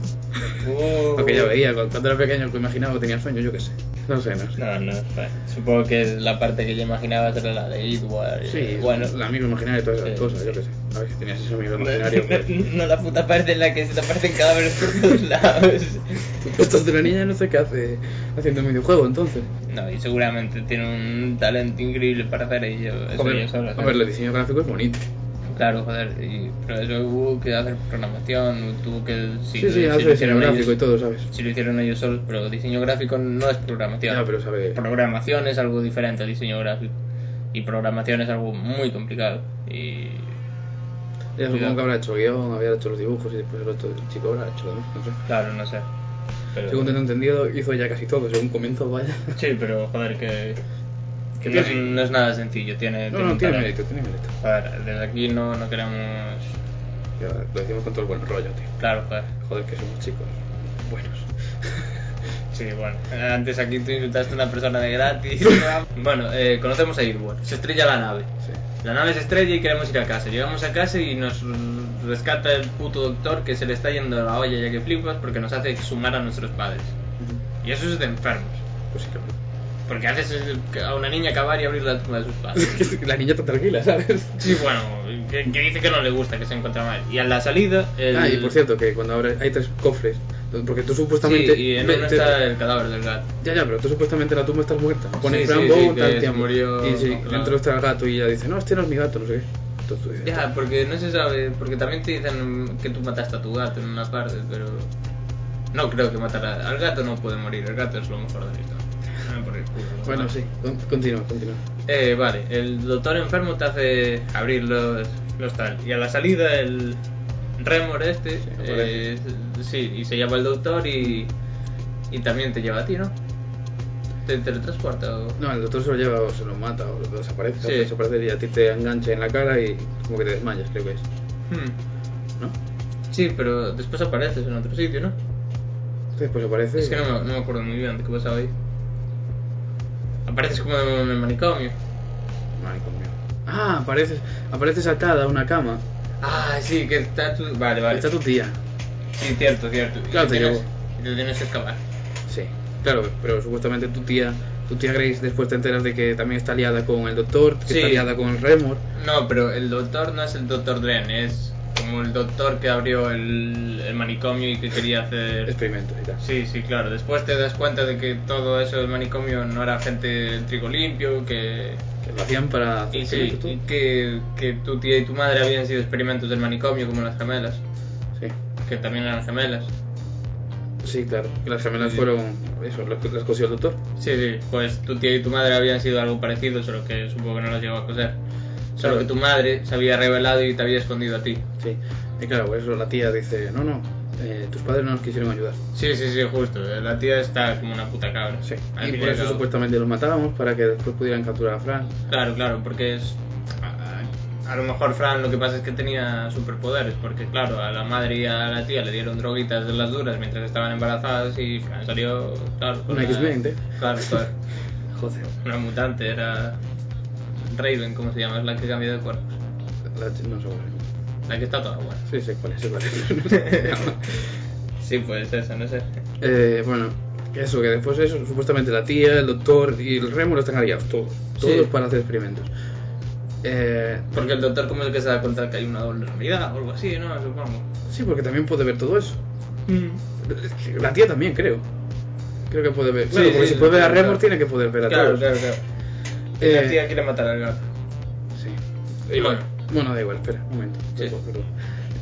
[SPEAKER 3] Uh.
[SPEAKER 2] Lo que ella veía cuando cuando era pequeña, lo que imaginaba, tenía sueño, yo qué sé. No sé, no sé.
[SPEAKER 3] No, no, fue- supongo que la parte que yo imaginaba era la de Edward.
[SPEAKER 2] Sí,
[SPEAKER 3] Eh, bueno.
[SPEAKER 2] la amigo imaginario y todas esas
[SPEAKER 3] Sí,
[SPEAKER 2] cosas, yo
[SPEAKER 3] sí.
[SPEAKER 2] qué sé. A ver si tenías ese amigo
[SPEAKER 3] No,
[SPEAKER 2] imaginario. pues.
[SPEAKER 3] no la puta parte en la que se te aparecen cadáveres por todos lados.
[SPEAKER 2] Entonces la niña no sé qué hace haciendo un videojuego, entonces.
[SPEAKER 3] No, y seguramente tiene un talento increíble para hacer ello. eso
[SPEAKER 2] Hombre,
[SPEAKER 3] ya sabrá
[SPEAKER 2] a
[SPEAKER 3] hacer.
[SPEAKER 2] ver, el diseño gráfico es bonito.
[SPEAKER 3] Claro, joder, y, pero eso hubo que hacer programación, tuvo que... Si,
[SPEAKER 2] sí,
[SPEAKER 3] si
[SPEAKER 2] sí,
[SPEAKER 3] lo
[SPEAKER 2] hace diseño
[SPEAKER 3] hicieron
[SPEAKER 2] gráfico
[SPEAKER 3] ellos-
[SPEAKER 2] y todo, ¿sabes?
[SPEAKER 3] Si lo hicieron ellos solos, pero diseño gráfico no es programación.
[SPEAKER 2] Ya, pero sabe.
[SPEAKER 3] Programación es algo diferente al diseño gráfico. Y programación es algo muy complicado. Y...
[SPEAKER 2] Ya supongo que habrá hecho guión, habrá hecho los dibujos y después el otro chico habrá hecho lo mismo, no sé.
[SPEAKER 3] Claro, no sé. Pero-
[SPEAKER 2] Según tengo entendido, hizo ya casi todo, según comentó, vaya.
[SPEAKER 3] Sí, pero joder, que...
[SPEAKER 2] Que
[SPEAKER 3] que no, es,
[SPEAKER 2] tiene-
[SPEAKER 3] no es nada sencillo, tiene...
[SPEAKER 2] No, no,
[SPEAKER 3] un
[SPEAKER 2] tiene
[SPEAKER 3] talento.
[SPEAKER 2] mérito, tiene mérito.
[SPEAKER 3] Joder, desde aquí no, no queremos...
[SPEAKER 2] Ya, Lo decimos con todo el buen rollo, tío.
[SPEAKER 3] Claro, joder.
[SPEAKER 2] Joder, que somos chicos buenos.
[SPEAKER 3] Sí, bueno, antes aquí tú insultaste a una persona de gratis. bueno, eh, conocemos a Edward. Se estrella la nave.
[SPEAKER 2] Sí.
[SPEAKER 3] La nave se estrella y queremos ir a casa. Llegamos a casa y nos mm, rescata el puto doctor que se le está yendo la olla ya que flipas porque nos hace exhumar a nuestros padres. Y eso es de enfermos.
[SPEAKER 2] Pues sí, cabrón.
[SPEAKER 3] Porque haces eh, a una niña acabar y abrir la tumba de sus padres.
[SPEAKER 2] La niña está tranquila, ¿sabes?
[SPEAKER 3] Sí, bueno, que, que dice que no le gusta que se encuentra mal. Y a la salida. El...
[SPEAKER 2] Ah, y por cierto, que cuando abres hay tres cofres, porque tú
[SPEAKER 3] Sí,
[SPEAKER 2] supuestamente...
[SPEAKER 3] y en
[SPEAKER 2] ve-
[SPEAKER 3] uno
[SPEAKER 2] te-
[SPEAKER 3] está el cadáver del gato.
[SPEAKER 2] Ya, ya, pero tú supuestamente en la tumba estás muerta. Pone
[SPEAKER 3] Sí,
[SPEAKER 2] Fran
[SPEAKER 3] sí,
[SPEAKER 2] Bow,
[SPEAKER 3] sí,
[SPEAKER 2] tal
[SPEAKER 3] que
[SPEAKER 2] tiempo.
[SPEAKER 3] murió
[SPEAKER 2] Y sí,
[SPEAKER 3] congelado.
[SPEAKER 2] dentro está el gato y ella dice, no, este no es mi gato, no sé qué. Entonces tú dices,
[SPEAKER 3] Ya, porque no se sabe, porque también te dicen que tú mataste a tu gato en una parte, pero no creo que matar a- al gato no puede morir, el gato es lo mejor de esto.
[SPEAKER 2] Bueno, sí, con- continúa, continúa.
[SPEAKER 3] Eh, vale, el doctor enfermo te hace abrir los, los tal. Y a la salida el,
[SPEAKER 1] Remor este.
[SPEAKER 2] Sí,
[SPEAKER 1] eh, sí, y se llama el doctor y, y también te lleva a ti, ¿no? Te teletransporta o...
[SPEAKER 2] No, el doctor se lo lleva o se lo mata o lo desaparece.
[SPEAKER 1] Sí.
[SPEAKER 2] o desaparece y a ti te engancha en la cara y como que te desmayas, creo que es.
[SPEAKER 1] Hmm.
[SPEAKER 2] ¿No?
[SPEAKER 1] Sí, pero después apareces en otro sitio, ¿no?
[SPEAKER 2] Después pues aparece.
[SPEAKER 1] Es que no me, no me acuerdo muy bien de qué pasaba ahí. Apareces como en el manicomio.
[SPEAKER 2] Manicomio. Ah, apareces, apareces atada a una cama.
[SPEAKER 1] Ah, sí, que está tu... Vale, vale.
[SPEAKER 2] Está tu tía.
[SPEAKER 1] Sí, cierto, cierto. Y
[SPEAKER 2] Claro,
[SPEAKER 1] te
[SPEAKER 2] te
[SPEAKER 1] tienes,
[SPEAKER 2] llevo.
[SPEAKER 1] y te tienes que escapar.
[SPEAKER 2] Sí, claro, pero supuestamente tu tía, tu tía Grace, después te enteras de que también está liada con el doctor, que
[SPEAKER 1] Sí.
[SPEAKER 2] está liada con Remor.
[SPEAKER 1] No, pero el doctor no es el doctor Dren, es como el doctor que abrió el, el manicomio y que quería hacer...
[SPEAKER 2] Experimentos y tal.
[SPEAKER 1] Sí, sí, claro. Después te das cuenta de que todo eso del manicomio no era gente del trigo limpio, que...
[SPEAKER 2] Que lo hacían para.
[SPEAKER 1] Y sí,
[SPEAKER 2] experimentos tú.
[SPEAKER 1] y que, que tu tía y tu madre habían sido experimentos del manicomio como las gemelas,
[SPEAKER 2] Sí.
[SPEAKER 1] que también eran gemelas.
[SPEAKER 2] Sí, claro. que Las gemelas
[SPEAKER 1] Sí.
[SPEAKER 2] fueron. Eso, las, las cosió el doctor.
[SPEAKER 1] Sí, sí, pues tu tía y tu madre habían sido algo parecido, solo que supongo que no las llegó a coser. Solo
[SPEAKER 2] Claro.
[SPEAKER 1] que tu madre se había revelado y te había escondido a ti.
[SPEAKER 2] Sí. Y claro, eso la tía dice: No, no, eh, tus padres no nos quisieron ayudar.
[SPEAKER 1] Sí, sí, sí, justo. La tía está como una puta cabra.
[SPEAKER 2] Sí.
[SPEAKER 1] Al
[SPEAKER 2] Y
[SPEAKER 1] fin
[SPEAKER 2] por
[SPEAKER 1] al
[SPEAKER 2] eso
[SPEAKER 1] cabo.
[SPEAKER 2] supuestamente los matábamos para que después pudieran capturar a Frank.
[SPEAKER 1] Claro, claro, porque es. a- A, a lo mejor Fran lo que pasa es que tenía superpoderes, porque claro, a la madre y a la tía le dieron droguitas de las duras mientras estaban embarazadas y Fran salió, claro. con
[SPEAKER 2] Un
[SPEAKER 1] la-
[SPEAKER 2] X-Men, ¿eh?
[SPEAKER 1] Claro, claro.
[SPEAKER 2] Joder.
[SPEAKER 1] Una mutante, era. Raven, ¿cómo se llama? Es la que cambió de cuerpo.
[SPEAKER 2] La- no sé. cómo se llama.
[SPEAKER 1] La que está toda buena.
[SPEAKER 2] Sí, sé cuál es. sé cuál es. No sé cómo se llama.
[SPEAKER 1] Sí, pues esa, no sé.
[SPEAKER 2] Eh, bueno, que eso, que después eso, supuestamente la tía, el doctor y el Remo lo están aliados, todos, todos
[SPEAKER 1] Sí.
[SPEAKER 2] para hacer experimentos. Eh,
[SPEAKER 1] Porque el doctor, como es el que se da cuenta que hay una doble realidad o algo así, ¿no? Supongo.
[SPEAKER 2] sí, porque también puede ver todo eso. Mm. La tía también, creo. Creo que puede ver.
[SPEAKER 1] Sí,
[SPEAKER 2] Claro, porque
[SPEAKER 1] sí,
[SPEAKER 2] si puede ver a
[SPEAKER 1] claro,
[SPEAKER 2] Remo,
[SPEAKER 1] claro.
[SPEAKER 2] tiene que poder ver a
[SPEAKER 1] Claro,
[SPEAKER 2] todos.
[SPEAKER 1] claro, claro. Y
[SPEAKER 2] Eh,
[SPEAKER 1] La tía quiere matar al gato.
[SPEAKER 2] Sí.
[SPEAKER 1] Y
[SPEAKER 2] bueno,
[SPEAKER 1] bueno.
[SPEAKER 2] da igual, espera, un momento.
[SPEAKER 1] Sí.
[SPEAKER 2] Perdón.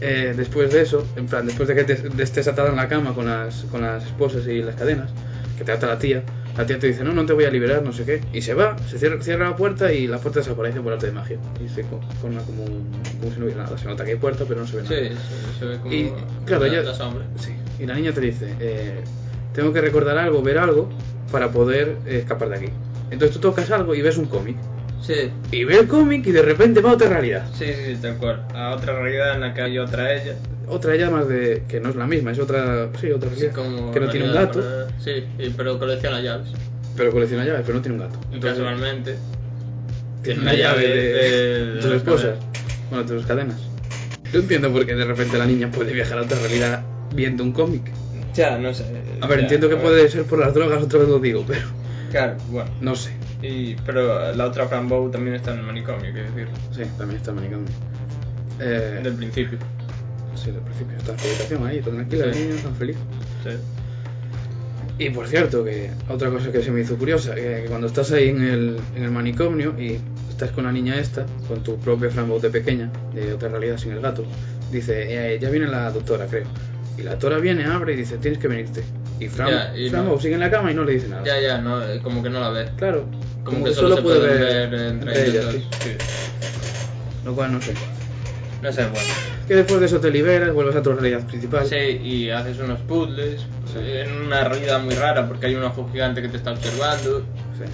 [SPEAKER 2] Eh, después de eso, en plan, después de que te, te estés atado en la cama con las, con las esposas y las cadenas, que te ata la tía, la tía te dice, no, no te voy a liberar, no sé qué, y se va, se cier- cierra, la puerta y la puerta desaparece por arte de magia. Y se co- forma como, un- como si no hubiera nada, se nota que hay puerta, pero no se ve
[SPEAKER 1] Sí,
[SPEAKER 2] nada.
[SPEAKER 1] se, se ve como
[SPEAKER 2] Y claro,
[SPEAKER 1] la,
[SPEAKER 2] yo-
[SPEAKER 1] la sombra.
[SPEAKER 2] Sí. Y la niña te dice, eh, tengo que recordar algo, ver algo, para poder eh, escapar de aquí. Entonces tú tocas algo y ves un cómic.
[SPEAKER 1] Sí,
[SPEAKER 2] Y ve el cómic y de repente va a otra realidad.
[SPEAKER 1] sí, sí, tal cual. A otra realidad en la que hay otra ella.
[SPEAKER 2] Otra ella más de que no es la misma, es otra, sí, otra
[SPEAKER 1] Sí,
[SPEAKER 2] realidad,
[SPEAKER 1] como
[SPEAKER 2] que no tiene un
[SPEAKER 1] realidad
[SPEAKER 2] gato,
[SPEAKER 1] para- Sí, y- pero colecciona llaves.
[SPEAKER 2] pero colecciona llaves, pero no tiene un gato.
[SPEAKER 1] Y
[SPEAKER 2] Entonces,
[SPEAKER 1] casualmente.
[SPEAKER 2] tiene una llave de,
[SPEAKER 1] de-
[SPEAKER 2] de
[SPEAKER 1] de
[SPEAKER 2] sus
[SPEAKER 1] las
[SPEAKER 2] esposas,
[SPEAKER 1] cadenas.
[SPEAKER 2] bueno, de sus cadenas. No entiendo por qué de repente la niña puede viajar a otra realidad viendo un cómic.
[SPEAKER 1] Ya, no sé.
[SPEAKER 2] A ver,
[SPEAKER 1] ya,
[SPEAKER 2] entiendo que
[SPEAKER 1] a ver.
[SPEAKER 2] puede ser por las drogas, otra vez lo digo, pero
[SPEAKER 1] Claro, bueno.
[SPEAKER 2] no sé.
[SPEAKER 1] Y, pero la otra Fran Bow también está en el manicomio, quiero decirlo.
[SPEAKER 2] Sí, también está el manicomio. Eh,
[SPEAKER 1] Del principio.
[SPEAKER 2] Sí, del principio, está en su habitación ahí, tan tranquila, la
[SPEAKER 1] Sí.
[SPEAKER 2] niña, tan feliz.
[SPEAKER 1] Sí.
[SPEAKER 2] Y por cierto, que otra cosa que se me hizo curiosa, que, que cuando estás ahí en el, en el manicomio y estás con la niña esta, con tu propio frambote pequeña, de otra realidad sin el gato, dice, "Eh, ya viene la doctora, creo. Y la doctora viene, abre y dice, tienes que venirte. Y Fram,
[SPEAKER 1] Ya, y
[SPEAKER 2] Frambo
[SPEAKER 1] no.
[SPEAKER 2] sigue en la cama y no le dice nada.
[SPEAKER 1] Ya, ya, no, eh, como que no la ve.
[SPEAKER 2] Claro,
[SPEAKER 1] Como, que solo, se puede ver, entre, ellos.
[SPEAKER 2] ellas, sí. Lo cual no sé.
[SPEAKER 1] No sé, bueno.
[SPEAKER 2] Que después de eso te liberas, vuelves a tu realidad principal.
[SPEAKER 1] Sí, y haces unos puzzles eh, en una realidad muy rara porque hay un ojo gigante que te está observando.
[SPEAKER 2] Sí.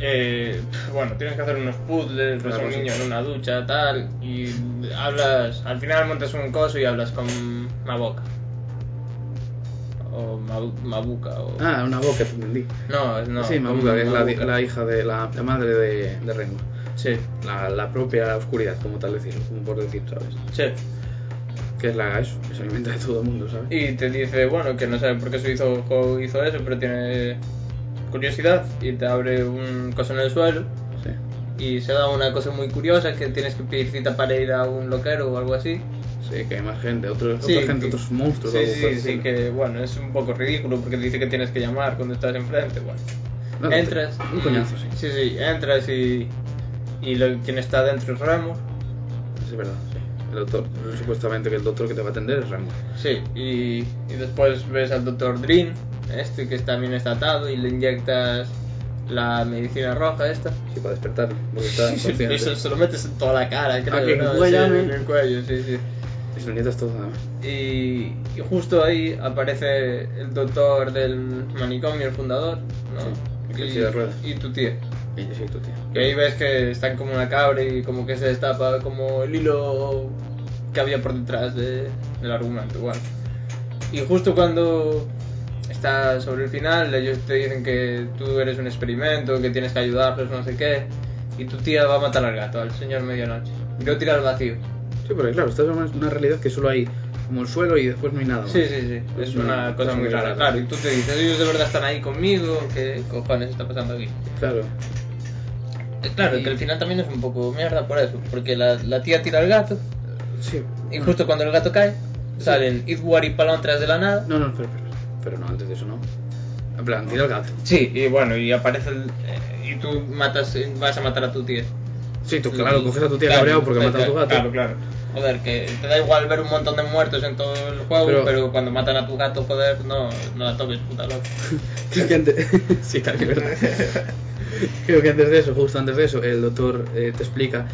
[SPEAKER 1] Eh, pf, bueno, tienes que hacer unos puzzles, ves a
[SPEAKER 2] Claro,
[SPEAKER 1] un
[SPEAKER 2] sí.
[SPEAKER 1] niño en una ducha, tal, y hablas, al final montas un coso y hablas con Maboka. O Mabu- Mabuka, o...
[SPEAKER 2] Ah, una boca, te entendí.
[SPEAKER 1] No, no.
[SPEAKER 2] sí,
[SPEAKER 1] con
[SPEAKER 2] Mabuka, que es la,
[SPEAKER 1] Mabuka.
[SPEAKER 2] la hija de la, la madre de, de Rengo.
[SPEAKER 1] Sí,
[SPEAKER 2] la, la propia oscuridad, como tal decirlo, como por decir, ¿sabes?
[SPEAKER 1] sí.
[SPEAKER 2] Que es la eso, que se alimenta de todo el mundo, ¿sabes?
[SPEAKER 1] Y te dice, bueno, que no sabe por qué su hijo hizo eso, pero tiene curiosidad y te abre un coso en el suelo.
[SPEAKER 2] Sí.
[SPEAKER 1] Y se da una cosa muy curiosa que tienes que pedir cita para ir a un loquero o algo así.
[SPEAKER 2] Sí, que hay más gente, otros,
[SPEAKER 1] Sí,
[SPEAKER 2] otra gente,
[SPEAKER 1] que-
[SPEAKER 2] otros monstruos.
[SPEAKER 1] Sí,
[SPEAKER 2] algo por
[SPEAKER 1] sí,
[SPEAKER 2] el
[SPEAKER 1] sí,
[SPEAKER 2] estilo.
[SPEAKER 1] que bueno, es un poco ridículo porque dice que tienes que llamar cuando estás enfrente. Bueno,
[SPEAKER 2] No, no,
[SPEAKER 1] entras.
[SPEAKER 2] Un coñazo, sí.
[SPEAKER 1] Sí, sí, entras y. Y lo- quien está dentro es Ramos.
[SPEAKER 2] Es verdad, sí. El doctor, supuestamente que el doctor que te va a atender es Ramón.
[SPEAKER 1] Sí, y, y después ves al doctor Dream, este que también está atado, y le inyectas la medicina roja esta.
[SPEAKER 2] Sí, para despertarlo, porque está
[SPEAKER 1] Y se,
[SPEAKER 2] inconsciente.
[SPEAKER 1] se lo metes en toda la cara, creo.
[SPEAKER 2] que ¿eh?
[SPEAKER 1] ¿no?
[SPEAKER 2] en el cuello,
[SPEAKER 1] Sí,
[SPEAKER 2] ¿no?
[SPEAKER 1] en el cuello, sí, sí.
[SPEAKER 2] Y los nietos todos nada más.
[SPEAKER 1] Y, y justo ahí aparece el doctor del manicomio, el fundador, ¿no?
[SPEAKER 2] Sí, el
[SPEAKER 1] y,
[SPEAKER 2] silla de ruedas.
[SPEAKER 1] y tu tía.
[SPEAKER 2] Y yo soy tu tío.
[SPEAKER 1] Que ahí ves que están como una cabra y como que se destapa como el hilo que había por detrás de- del argumento. Bueno. Y justo cuando está sobre el final, ellos te dicen que tú eres un experimento, que tienes que ayudarlos, no sé qué. Y tu tía va a matar al gato, al señor medianoche. Y lo tira al vacío.
[SPEAKER 2] Sí, porque claro, esta es una, una realidad que solo hay como el suelo y después no hay nada más. Pues
[SPEAKER 1] Sí, sí, sí. Es una cosa muy rara, claro. Y tú te dices, ellos de verdad están ahí conmigo, ¿qué cojones está pasando aquí?
[SPEAKER 2] Claro.
[SPEAKER 1] Eh, Claro, que al final también es un poco mierda por eso, porque la, la tía tira al gato
[SPEAKER 2] Sí.
[SPEAKER 1] y justo cuando el gato cae salen Edward y Palantras de la nada.
[SPEAKER 2] No, no, espera, espera. Pero no, antes de eso no. En plan, tira al gato.
[SPEAKER 1] Sí, y bueno, y aparece el, eh, y tú matas, eh, vas a matar a tu tía.
[SPEAKER 2] Sí, tú,
[SPEAKER 1] Y-
[SPEAKER 2] claro, coges a tu tía
[SPEAKER 1] claro,
[SPEAKER 2] cabreado porque
[SPEAKER 1] claro,
[SPEAKER 2] mata a tu gato.
[SPEAKER 1] Claro, claro. Ah, Joder, que te da igual ver un montón de muertos en todo el juego, pero,
[SPEAKER 2] Pero-
[SPEAKER 1] cuando matan a tu gato, joder, no, no la toques, puta loca.
[SPEAKER 2] Creo que antes... sí, también es verdad. Creo que antes de eso, justo antes de eso, el doctor eh, te explica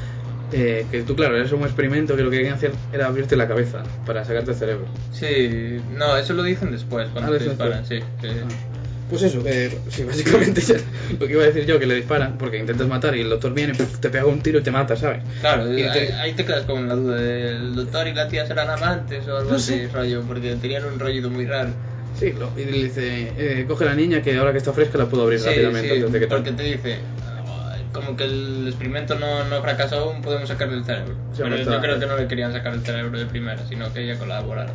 [SPEAKER 2] eh, que tú, claro, eres un experimento que lo que querían hacer era abrirte la cabeza para sacarte el cerebro.
[SPEAKER 1] Sí, no, eso lo dicen después, cuando
[SPEAKER 2] Ah,
[SPEAKER 1] te
[SPEAKER 2] eso
[SPEAKER 1] disparan, sí.
[SPEAKER 2] después.
[SPEAKER 1] sí.
[SPEAKER 2] Pues eso, eh, sí, básicamente ya lo que iba a decir yo, que le disparan porque intentas matar y el doctor viene, puf, te pega un tiro y te mata, ¿sabes?
[SPEAKER 1] Claro,
[SPEAKER 2] Y
[SPEAKER 1] ahí,
[SPEAKER 2] te-
[SPEAKER 1] ahí te quedas con la duda de el doctor y la tía serán amantes o algo
[SPEAKER 2] No
[SPEAKER 1] así,
[SPEAKER 2] sé.
[SPEAKER 1] rollo, porque tenían un rollito muy raro.
[SPEAKER 2] Sí, lo- y le dice, eh, coge la niña que ahora que está fresca la puedo abrir
[SPEAKER 1] Sí,
[SPEAKER 2] rápidamente
[SPEAKER 1] sí,
[SPEAKER 2] antes de que tal.
[SPEAKER 1] porque te dice, "Ah, como que el experimento no, no fracasó aún, podemos sacarle el cerebro.
[SPEAKER 2] Sí,
[SPEAKER 1] Pero
[SPEAKER 2] hombre,
[SPEAKER 1] yo
[SPEAKER 2] está-
[SPEAKER 1] creo que no le querían sacar el cerebro de primera, sino que ella colaborara.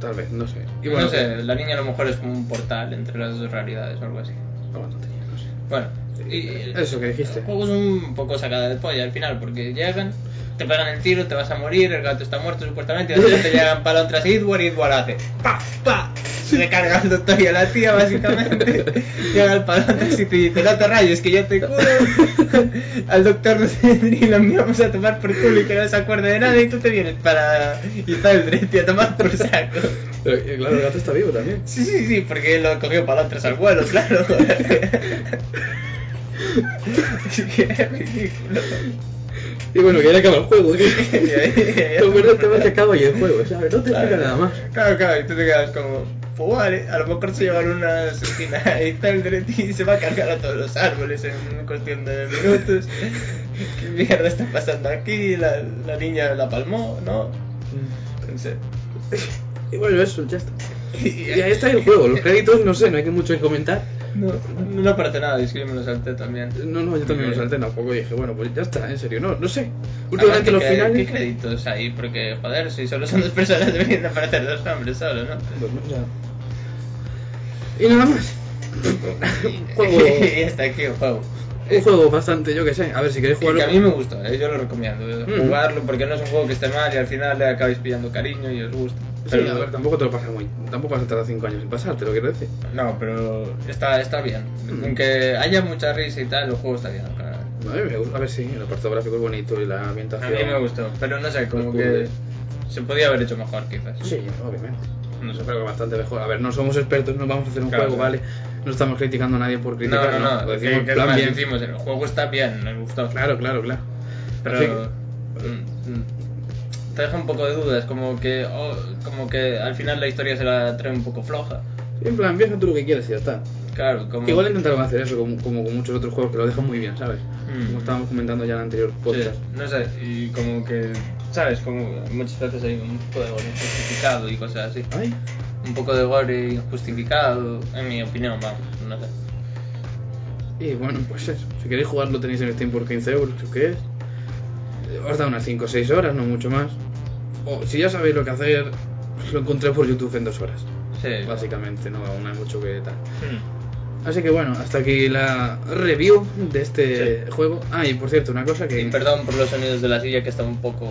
[SPEAKER 2] Tal vez, no sé. eh,
[SPEAKER 1] Y no sé, la niña a lo mejor es como un portal entre las dos realidades o algo así.
[SPEAKER 2] aguanta, tío, ah, no sé.
[SPEAKER 1] Bueno, y, oh.
[SPEAKER 2] Eso que dijiste.
[SPEAKER 1] El este juego es un poco sacada de polla al final, porque llegan, te pegan el tiro, te vas a morir, el gato está muerto supuestamente, y de repente llegan palón tras Edward y Edward hace ¡pa! ¡pa! Se carga al doctor y a la tía, básicamente. Llega el palón tras y te dice: No te rayes, que yo te curo. al doctor no sé, y lo miramos a tomar por culo y que no se acuerde de nada, y tú te vienes para. y para el drete a tomar por saco.
[SPEAKER 2] Pero, eh, claro, el gato está vivo también.
[SPEAKER 1] Sí, sí, sí, porque lo cogió para tras al vuelo, claro. Así que es ridículo.
[SPEAKER 2] Y bueno, que ya acaba el juego. que-
[SPEAKER 1] Y ahí- y ahí-
[SPEAKER 2] Lo bueno es que va, se acaba y el juego, ¿sabes? No te explica nada más.
[SPEAKER 1] Claro, claro, y tú te quedas como, pues vale, a lo mejor se llevan una esquina y tal Andretti y se va a cargar a todos los árboles en cuestión de minutos. ¿Qué mierda está pasando aquí? La, la niña la palmó, ¿no?
[SPEAKER 2] Mm.
[SPEAKER 1] No sé.
[SPEAKER 2] Y bueno, eso, ya está.
[SPEAKER 1] Y,
[SPEAKER 2] Y ahí está el juego. Los créditos, no sé, no hay que mucho que comentar.
[SPEAKER 1] No, no aparece nada, es que yo me lo salté también.
[SPEAKER 2] No, no, yo también me
[SPEAKER 1] Ok.
[SPEAKER 2] salté tampoco. Dije, bueno, pues ya está, en serio, no, no sé.
[SPEAKER 1] Además,
[SPEAKER 2] Últimamente
[SPEAKER 1] ¿qué
[SPEAKER 2] los
[SPEAKER 1] cre-
[SPEAKER 2] finales.
[SPEAKER 1] ¿Qué créditos hay? Porque, joder, si solo son dos personas, deberían de aparecer dos nombres solo, ¿no?
[SPEAKER 2] Pues no, ya. Y nada más. Juego-
[SPEAKER 1] y hasta aquí el juego.
[SPEAKER 2] Un juego bastante, yo que sé. A ver, si queréis
[SPEAKER 1] Que- que a
[SPEAKER 2] jugarlo.
[SPEAKER 1] mí me gusta, ¿eh? yo lo recomiendo.
[SPEAKER 2] Mm.
[SPEAKER 1] Jugarlo porque no es un juego que esté mal y al final le acabáis pillando cariño y os gusta.
[SPEAKER 2] Sí,
[SPEAKER 1] Pero,
[SPEAKER 2] a ver, tampoco te lo pasas muy. Tampoco vas a tardar 5 años en pasarte, lo quiero decir.
[SPEAKER 1] no, pero está, está bien.
[SPEAKER 2] Mm.
[SPEAKER 1] Aunque haya mucha risa y tal, el juego está bien. claro.
[SPEAKER 2] A mí me gusta. A ver, sí, el apartado gráfico es bonito y la
[SPEAKER 1] A
[SPEAKER 2] ambientación.
[SPEAKER 1] mí me gustó, pero no sé, como
[SPEAKER 2] Los
[SPEAKER 1] que
[SPEAKER 2] puzzles.
[SPEAKER 1] se podía haber hecho mejor quizás.
[SPEAKER 2] Pues Sí, obviamente.
[SPEAKER 1] No sé.
[SPEAKER 2] Pero que bastante mejor. A ver, no somos expertos, no vamos a hacer un
[SPEAKER 1] Claro,
[SPEAKER 2] juego,
[SPEAKER 1] claro.
[SPEAKER 2] ¿vale? No estamos criticando a nadie por
[SPEAKER 1] No, no,
[SPEAKER 2] criticar,
[SPEAKER 1] no.
[SPEAKER 2] Lo decimos
[SPEAKER 1] que-
[SPEAKER 2] en
[SPEAKER 1] que es
[SPEAKER 2] plan
[SPEAKER 1] más,
[SPEAKER 2] pues bien.
[SPEAKER 1] decimos, el juego está bien, me gustó.
[SPEAKER 2] Claro, claro, claro.
[SPEAKER 1] Pero
[SPEAKER 2] Así que-
[SPEAKER 1] mm, mm, te deja un poco de dudas, como que oh, como que al final la historia se la trae un poco floja.
[SPEAKER 2] en plan, viaja tú lo que quieres y ya está.
[SPEAKER 1] Claro, como
[SPEAKER 2] Igual intentaron hacer eso, como, como con muchos otros juegos que lo dejan muy bien, ¿sabes?
[SPEAKER 1] Mm.
[SPEAKER 2] Como estábamos comentando ya en el anterior podcast.
[SPEAKER 1] Sí, no sé, y como que sabes, como muchas veces hay un poco de gore injustificado y cosas así.
[SPEAKER 2] Ay,
[SPEAKER 1] Un poco de gore injustificado, en mi opinión, vamos, no sé.
[SPEAKER 2] y bueno, pues eso. Si queréis jugarlo tenéis en Steam por 15 euros, creo que es. Eh, Os da unas 5 o 6 horas, no mucho más. O si ya sabéis lo que hacer, pues lo encontré por YouTube en 2 horas.
[SPEAKER 1] Sí.
[SPEAKER 2] Básicamente, no, aún hay mucho que tal.
[SPEAKER 1] Mm.
[SPEAKER 2] Así que bueno, hasta aquí la review de este juego. Ah, y por cierto, una cosa que...
[SPEAKER 1] Y perdón por los sonidos de la silla que está un poco.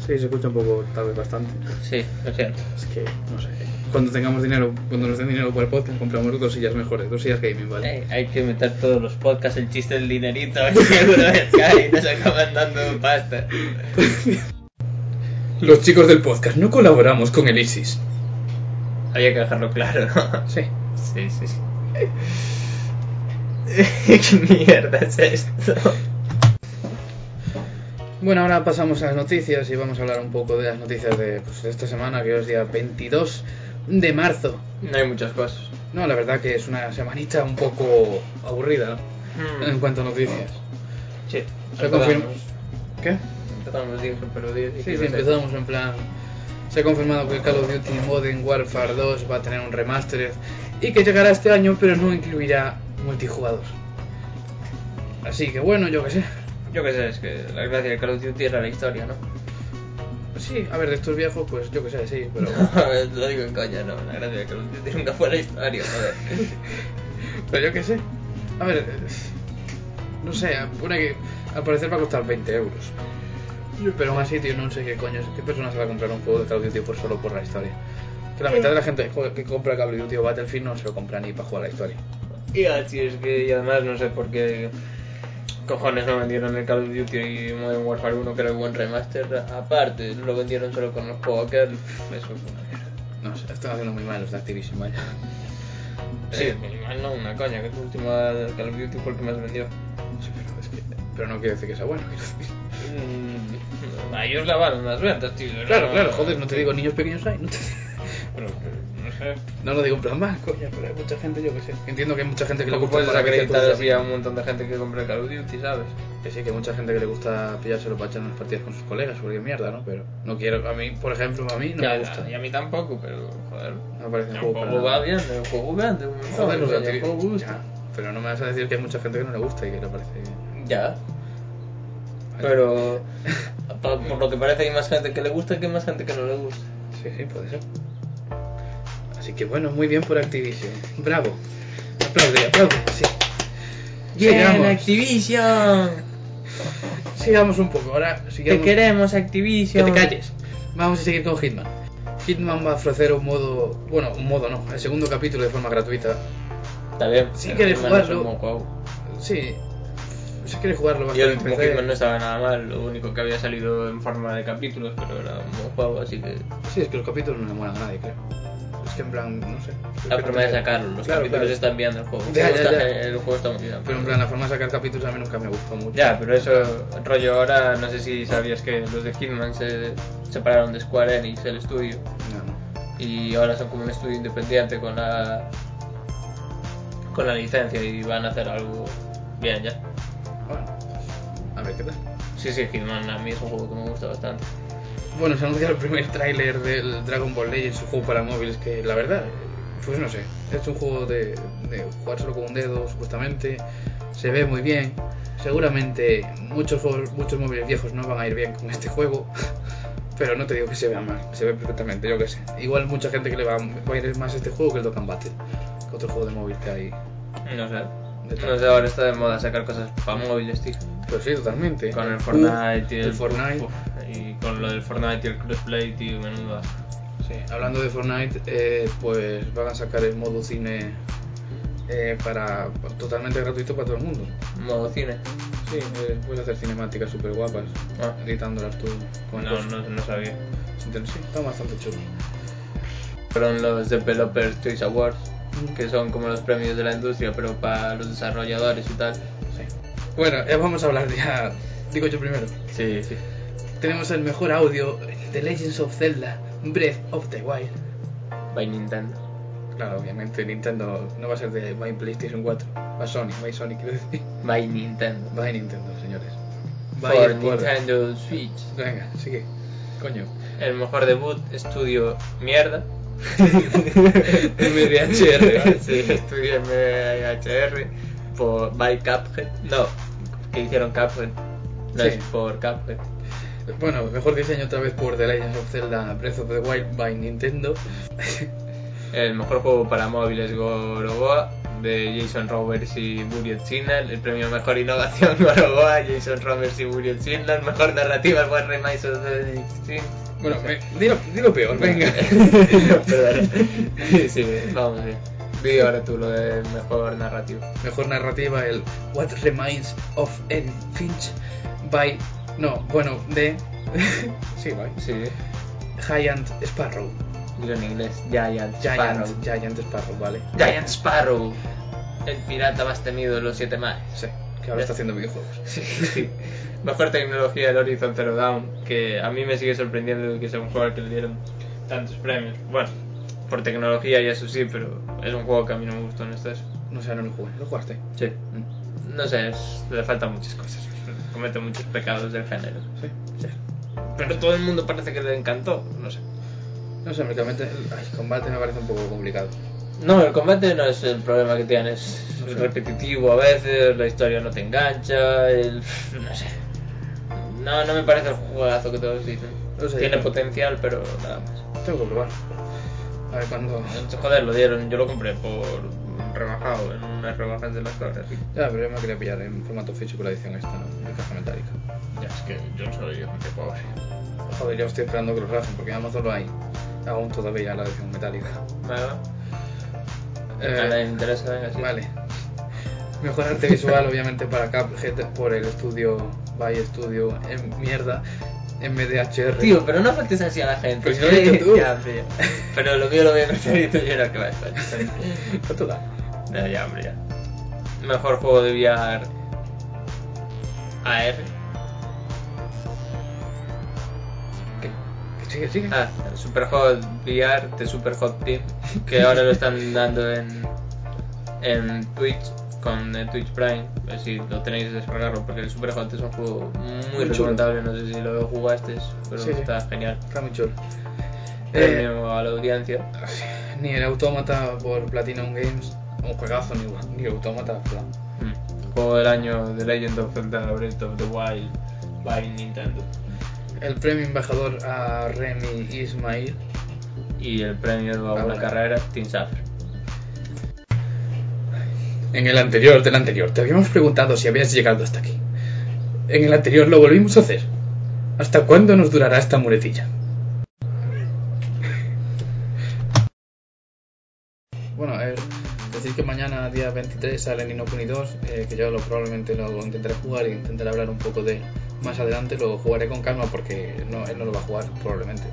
[SPEAKER 2] Sí, se escucha un poco, tal vez bastante.
[SPEAKER 1] Sí, lo siento.
[SPEAKER 2] Es que, no sé. Cuando tengamos dinero, cuando nos den dinero para el podcast, compramos dos sillas mejores, dos sillas gaming, ¿vale?
[SPEAKER 1] Eh, hay que meter todos los podcasts, el chiste del dinerito, que alguna vez cae y nos acaban dando pasta.
[SPEAKER 2] Los chicos del podcast no colaboramos con el ISIS.
[SPEAKER 1] Había que dejarlo claro, ¿no?
[SPEAKER 2] Sí.
[SPEAKER 1] Sí, sí. ¿Qué mierda es esto?
[SPEAKER 2] Bueno, ahora pasamos a las noticias y vamos a hablar un poco de las noticias de, pues, de esta semana, que hoy es día 22 de marzo.
[SPEAKER 1] No hay muchas cosas.
[SPEAKER 2] No, la verdad que es una semanita un poco aburrida
[SPEAKER 1] Mm.
[SPEAKER 2] en cuanto a noticias.
[SPEAKER 1] Sí,
[SPEAKER 2] Se confirma. ¿Qué?
[SPEAKER 1] Empezamos bien con parodias. y
[SPEAKER 2] Sí,
[SPEAKER 1] que
[SPEAKER 2] sí,
[SPEAKER 1] no sé.
[SPEAKER 2] empezamos en plan. Se ha confirmado que Call of Duty Modern Warfare 2 va a tener un remastered y que llegará este año, pero no incluirá multijugador. Así que bueno, yo qué sé.
[SPEAKER 1] Yo qué sé, es que la gracia de Call of Duty era la historia, ¿no?
[SPEAKER 2] Sí, a ver, de estos viejos, pues yo qué sé, sí, pero.
[SPEAKER 1] Lo digo en coña, no. La gracia de Call of Duty nunca fue la historia, joder.
[SPEAKER 2] pero yo qué sé. A ver, eh, no sé, pone que al parecer va a costar 20 euros. Pero aún así, tío, no sé qué coño, qué persona se va a comprar un juego de Call of Duty por solo por la historia. Que la mitad de la gente que compra Call of Duty o Battlefield no se lo compra ni para jugar la historia.
[SPEAKER 1] Ya, tío, es que y además no sé por qué cojones no vendieron el Call of Duty y Modern Warfare 1, que era el buen remaster. Aparte, lo vendieron solo con los Poker. Eso fue una mierda.
[SPEAKER 2] No sé, están haciendo muy mal los de Activision, vaya.
[SPEAKER 1] Sí, Eh, minimal no, una coña, que es el último Call of Duty fue el que más vendió.
[SPEAKER 2] Sí, pero, es que, pero no quiere decir que sea bueno, quiero decir.
[SPEAKER 1] Mm, A ellos lavaron las ventas, tío.
[SPEAKER 2] Claro, claro, joder, no te digo niños pequeños hay, no te...
[SPEAKER 1] Pero, no sé.
[SPEAKER 2] No lo digo en plan mal, coño, pero hay mucha gente, yo que sé. Entiendo que hay mucha gente que le
[SPEAKER 1] Tampoco
[SPEAKER 2] gusta
[SPEAKER 1] puedes
[SPEAKER 2] jugar a
[SPEAKER 1] acreditar
[SPEAKER 2] criaturas
[SPEAKER 1] así a un montón de gente que compra el Call of Duty, ¿sabes?
[SPEAKER 2] Que sí, que hay mucha gente que le gusta pillárselo para echar unas partidas con sus colegas, porque mierda, ¿no? Pero no quiero, a mí, por ejemplo, a mí no
[SPEAKER 1] Ya,
[SPEAKER 2] me
[SPEAKER 1] ya,
[SPEAKER 2] gusta.
[SPEAKER 1] Y a mí tampoco, pero joder.
[SPEAKER 2] No me parece un juego para
[SPEAKER 1] Tampoco va
[SPEAKER 2] nada.
[SPEAKER 1] bien, el juego grande, un montón,
[SPEAKER 2] Joder, los de
[SPEAKER 1] coño, el juego
[SPEAKER 2] Activision.
[SPEAKER 1] gusta.
[SPEAKER 2] Ya, pero no me vas a decir que hay mucha gente que no le gusta y que le parece bien.
[SPEAKER 1] Ya. Pero pa- por lo que parece hay más gente que le gusta que más gente que no le gusta.
[SPEAKER 2] Sí, sí, puede ser. Así que bueno, muy bien por Activision. Bravo. Aplaude, aplaude, sí. Sigamos,
[SPEAKER 1] Activision!
[SPEAKER 2] sigamos un poco. Ahora, sigamos.
[SPEAKER 1] queremos,
[SPEAKER 2] que
[SPEAKER 1] Activision!
[SPEAKER 2] te calles. Vamos a seguir con Hitman. Hitman va a ofrecer un modo, bueno, un modo no, el segundo capítulo de forma gratuita.
[SPEAKER 1] Está bien.
[SPEAKER 2] Si
[SPEAKER 1] el
[SPEAKER 2] quieres
[SPEAKER 1] Hitman no es
[SPEAKER 2] jugarlo.
[SPEAKER 1] un buen juego.
[SPEAKER 2] Sí, si quieres jugarlo, va a
[SPEAKER 1] Y el
[SPEAKER 2] estar
[SPEAKER 1] último
[SPEAKER 2] en PC.
[SPEAKER 1] Hitman no estaba nada mal, lo único que había salido en forma de capítulos, pero era un buen juego, así que...
[SPEAKER 2] Sí, es que los capítulos no enamoran a nadie, creo. Es que en plan, no sé.
[SPEAKER 1] La forma de sacarlo, los
[SPEAKER 2] Claro,
[SPEAKER 1] capítulos
[SPEAKER 2] claro.
[SPEAKER 1] están bien del juego.
[SPEAKER 2] Ya,
[SPEAKER 1] el, juego
[SPEAKER 2] ya,
[SPEAKER 1] está,
[SPEAKER 2] ya.
[SPEAKER 1] el juego está muy bien.
[SPEAKER 2] Pero en plan, la forma de sacar capítulos a mí nunca me gustó mucho.
[SPEAKER 1] Ya, pero eso, rollo ahora, no sé si sabías que los de Hitman se separaron de Square Enix, el estudio,
[SPEAKER 2] No, no.
[SPEAKER 1] y ahora son como un estudio independiente con la con la licencia y van a hacer algo bien ya.
[SPEAKER 2] Bueno, a ver qué tal.
[SPEAKER 1] Sí, sí, Hitman a mí es un juego que me gusta bastante.
[SPEAKER 2] Bueno, se anuncia el primer tráiler del Dragon Ball Legends, un juego para móviles que, la verdad, pues no sé. Es un juego de, de jugar solo con un dedo, supuestamente. Se ve muy bien. Seguramente muchos, juegos- muchos móviles viejos no van a ir bien con este juego. Pero no te digo que se vea mal, se ve perfectamente, yo qué sé. Igual mucha gente que le va, va a ir más este juego que el Dokkan Battle, que otro juego de móvil que hay.
[SPEAKER 1] No sé.
[SPEAKER 2] De tal.
[SPEAKER 1] No sé, ahora está Mm. de moda sacar cosas para móviles, tío.
[SPEAKER 2] Pues sí, totalmente.
[SPEAKER 1] Con el
[SPEAKER 2] Uf,
[SPEAKER 1] Fortnite y
[SPEAKER 2] el Fortnite.
[SPEAKER 1] Uf, y con lo del Fortnite y el crossplay, tío, menuda.
[SPEAKER 2] Sí, hablando de Fortnite, eh, pues van a sacar el modo cine eh, para totalmente gratuito para todo el mundo.
[SPEAKER 1] Modo cine.
[SPEAKER 2] Sí, eh, puedes hacer cinemáticas súper guapas,
[SPEAKER 1] Ah.
[SPEAKER 2] editándolas tú
[SPEAKER 1] No,
[SPEAKER 2] con los-
[SPEAKER 1] Pues no, no sabía.
[SPEAKER 2] Sí, está bastante chulo.
[SPEAKER 1] Fueron los Developers Choice Awards, que son como los premios de la industria, pero para los desarrolladores y tal.
[SPEAKER 2] Sí. Bueno, eh, vamos a hablar ya. Digo yo primero.
[SPEAKER 1] Sí, sí.
[SPEAKER 2] Tenemos el mejor audio de Legends of Zelda, Breath of the Wild.
[SPEAKER 1] By Nintendo.
[SPEAKER 2] Claro, obviamente Nintendo no va a ser de My PlayStation 4, va a Sony, va a Sony quiero decir.
[SPEAKER 1] By Nintendo.
[SPEAKER 2] Va a Nintendo, señores. Va a
[SPEAKER 1] Por
[SPEAKER 2] ir por-
[SPEAKER 1] Nintendo Switch.
[SPEAKER 2] Venga, sigue. Coño.
[SPEAKER 1] El mejor debut, estudio mierda.
[SPEAKER 2] MDHR, ¿vale?
[SPEAKER 1] Sí, estudio Eh, MDHR. Por, by Cuphead. No, que hicieron Cuphead. No
[SPEAKER 2] Sí.
[SPEAKER 1] es por Cuphead.
[SPEAKER 2] Bueno, mejor diseño otra vez por The Legend of Zelda Breath of the Wild by Nintendo.
[SPEAKER 1] El mejor juego para móviles Goroboa de Jason Roberts y Buriet Sinner. El premio Mejor Innovación Goroboa, Jason Roberts y Buriet Sinner. Mejor narrativa, el buen remix de sí.
[SPEAKER 2] Bueno, me- dilo, dilo peor, venga.
[SPEAKER 1] Perdón. Sí, sí, vamos bien. Di ahora tú lo de mejor narrativo.
[SPEAKER 2] Mejor narrativa, el What Remains of Edith Finch by... No, bueno, de... sí, by...
[SPEAKER 1] Sí.
[SPEAKER 2] Giant Sparrow.
[SPEAKER 1] Dilo en inglés. Giant,
[SPEAKER 2] Giant,
[SPEAKER 1] Sparrow.
[SPEAKER 2] Giant Sparrow, vale.
[SPEAKER 1] Giant Sparrow. El pirata más temido de los siete mares.
[SPEAKER 2] Sí. que ahora está haciendo videojuegos.
[SPEAKER 1] Sí. Mejor tecnología el Horizon Zero Dawn, que a mí me sigue sorprendiendo que sea un juego al que le dieron tantos premios. Bueno, por tecnología y eso sí, pero es un juego que a mí no me gustó en estas.
[SPEAKER 2] No sé, no lo jugué. ¿Lo jugaste?
[SPEAKER 1] Sí. No sé, es- le faltan muchas cosas. Comete muchos pecados del género.
[SPEAKER 2] Sí.
[SPEAKER 1] Sí. Pero todo el mundo parece que le encantó, no sé.
[SPEAKER 2] No sé, únicamente el ay, combate me parece un poco complicado.
[SPEAKER 1] No, el combate no es el problema que tienen, es
[SPEAKER 2] No sé.
[SPEAKER 1] repetitivo a veces, la historia no te engancha, el... no sé. No, no me parece el juegazo que todos dicen.
[SPEAKER 2] No sé,
[SPEAKER 1] Tiene
[SPEAKER 2] yo-
[SPEAKER 1] potencial, pero nada más.
[SPEAKER 2] Tengo que probarlo. A ver cuándo.
[SPEAKER 1] Entonces, joder, lo dieron, yo lo compré por rebajado, en unas rebajas de las cosas.
[SPEAKER 2] Ya, pero yo me quería pillar en formato físico la edición esta, ¿no? De caja metálica.
[SPEAKER 1] Ya, es que yo soy gente pobre.
[SPEAKER 2] Joder, yo estoy esperando que lo rajen porque en Amazon lo hay. Aún todavía la edición metálica.
[SPEAKER 1] Vale, va.
[SPEAKER 2] Eh,
[SPEAKER 1] a nadie le interesa, venga, sí.
[SPEAKER 2] Vale. Mejor arte visual, obviamente, para Cuphead por el estudio By Studio en mierda MDHR.
[SPEAKER 1] Tío, pero no faltes así a la gente.
[SPEAKER 2] Pues yo lo he dicho tú.
[SPEAKER 1] Ya, tío. Pero lo mío lo voy a preferir tú y era que va a estar.
[SPEAKER 2] ¿Cuánto da?
[SPEAKER 1] No, ya, hombre, ya. Mejor juego de VR AR.
[SPEAKER 2] ¿Qué? ¿Qué sigue, sigue?
[SPEAKER 1] Ah, Superhot VR de Superhot Team, que ahora lo están dando en, en Twitch con eh, Twitch Prime. Pues si lo tenéis que descargarlo, porque el Superhot es un juego muy,
[SPEAKER 2] Muy chulo.
[SPEAKER 1] recomendable. No sé si lo jugaste, pero
[SPEAKER 2] Sí, sí.
[SPEAKER 1] está genial.
[SPEAKER 2] Está muy chulo. Eh,
[SPEAKER 1] Premio a la audiencia.
[SPEAKER 2] ni el Autómata por Platinum Games, un juegazo, ni, ni Autómata, plan.
[SPEAKER 1] Mm. Juego del año The Legend of Zelda Breath of the Wild by Nintendo.
[SPEAKER 2] El premio embajador a Remy Ismail.
[SPEAKER 1] Y el premio a
[SPEAKER 2] Ah,
[SPEAKER 1] una
[SPEAKER 2] bueno.
[SPEAKER 1] carrera Team Safra.
[SPEAKER 2] En el anterior del anterior, te habíamos preguntado si habías llegado hasta aquí. En el anterior lo volvimos a hacer. ¿Hasta cuándo nos durará esta muletilla? Bueno, eh, decir que mañana, día 23, sale Nino Kuni 2, eh, que yo lo, probablemente lo intentaré jugar y intentaré hablar un poco de él. Más adelante lo jugaré con calma porque no, él no lo va a jugar, probablemente.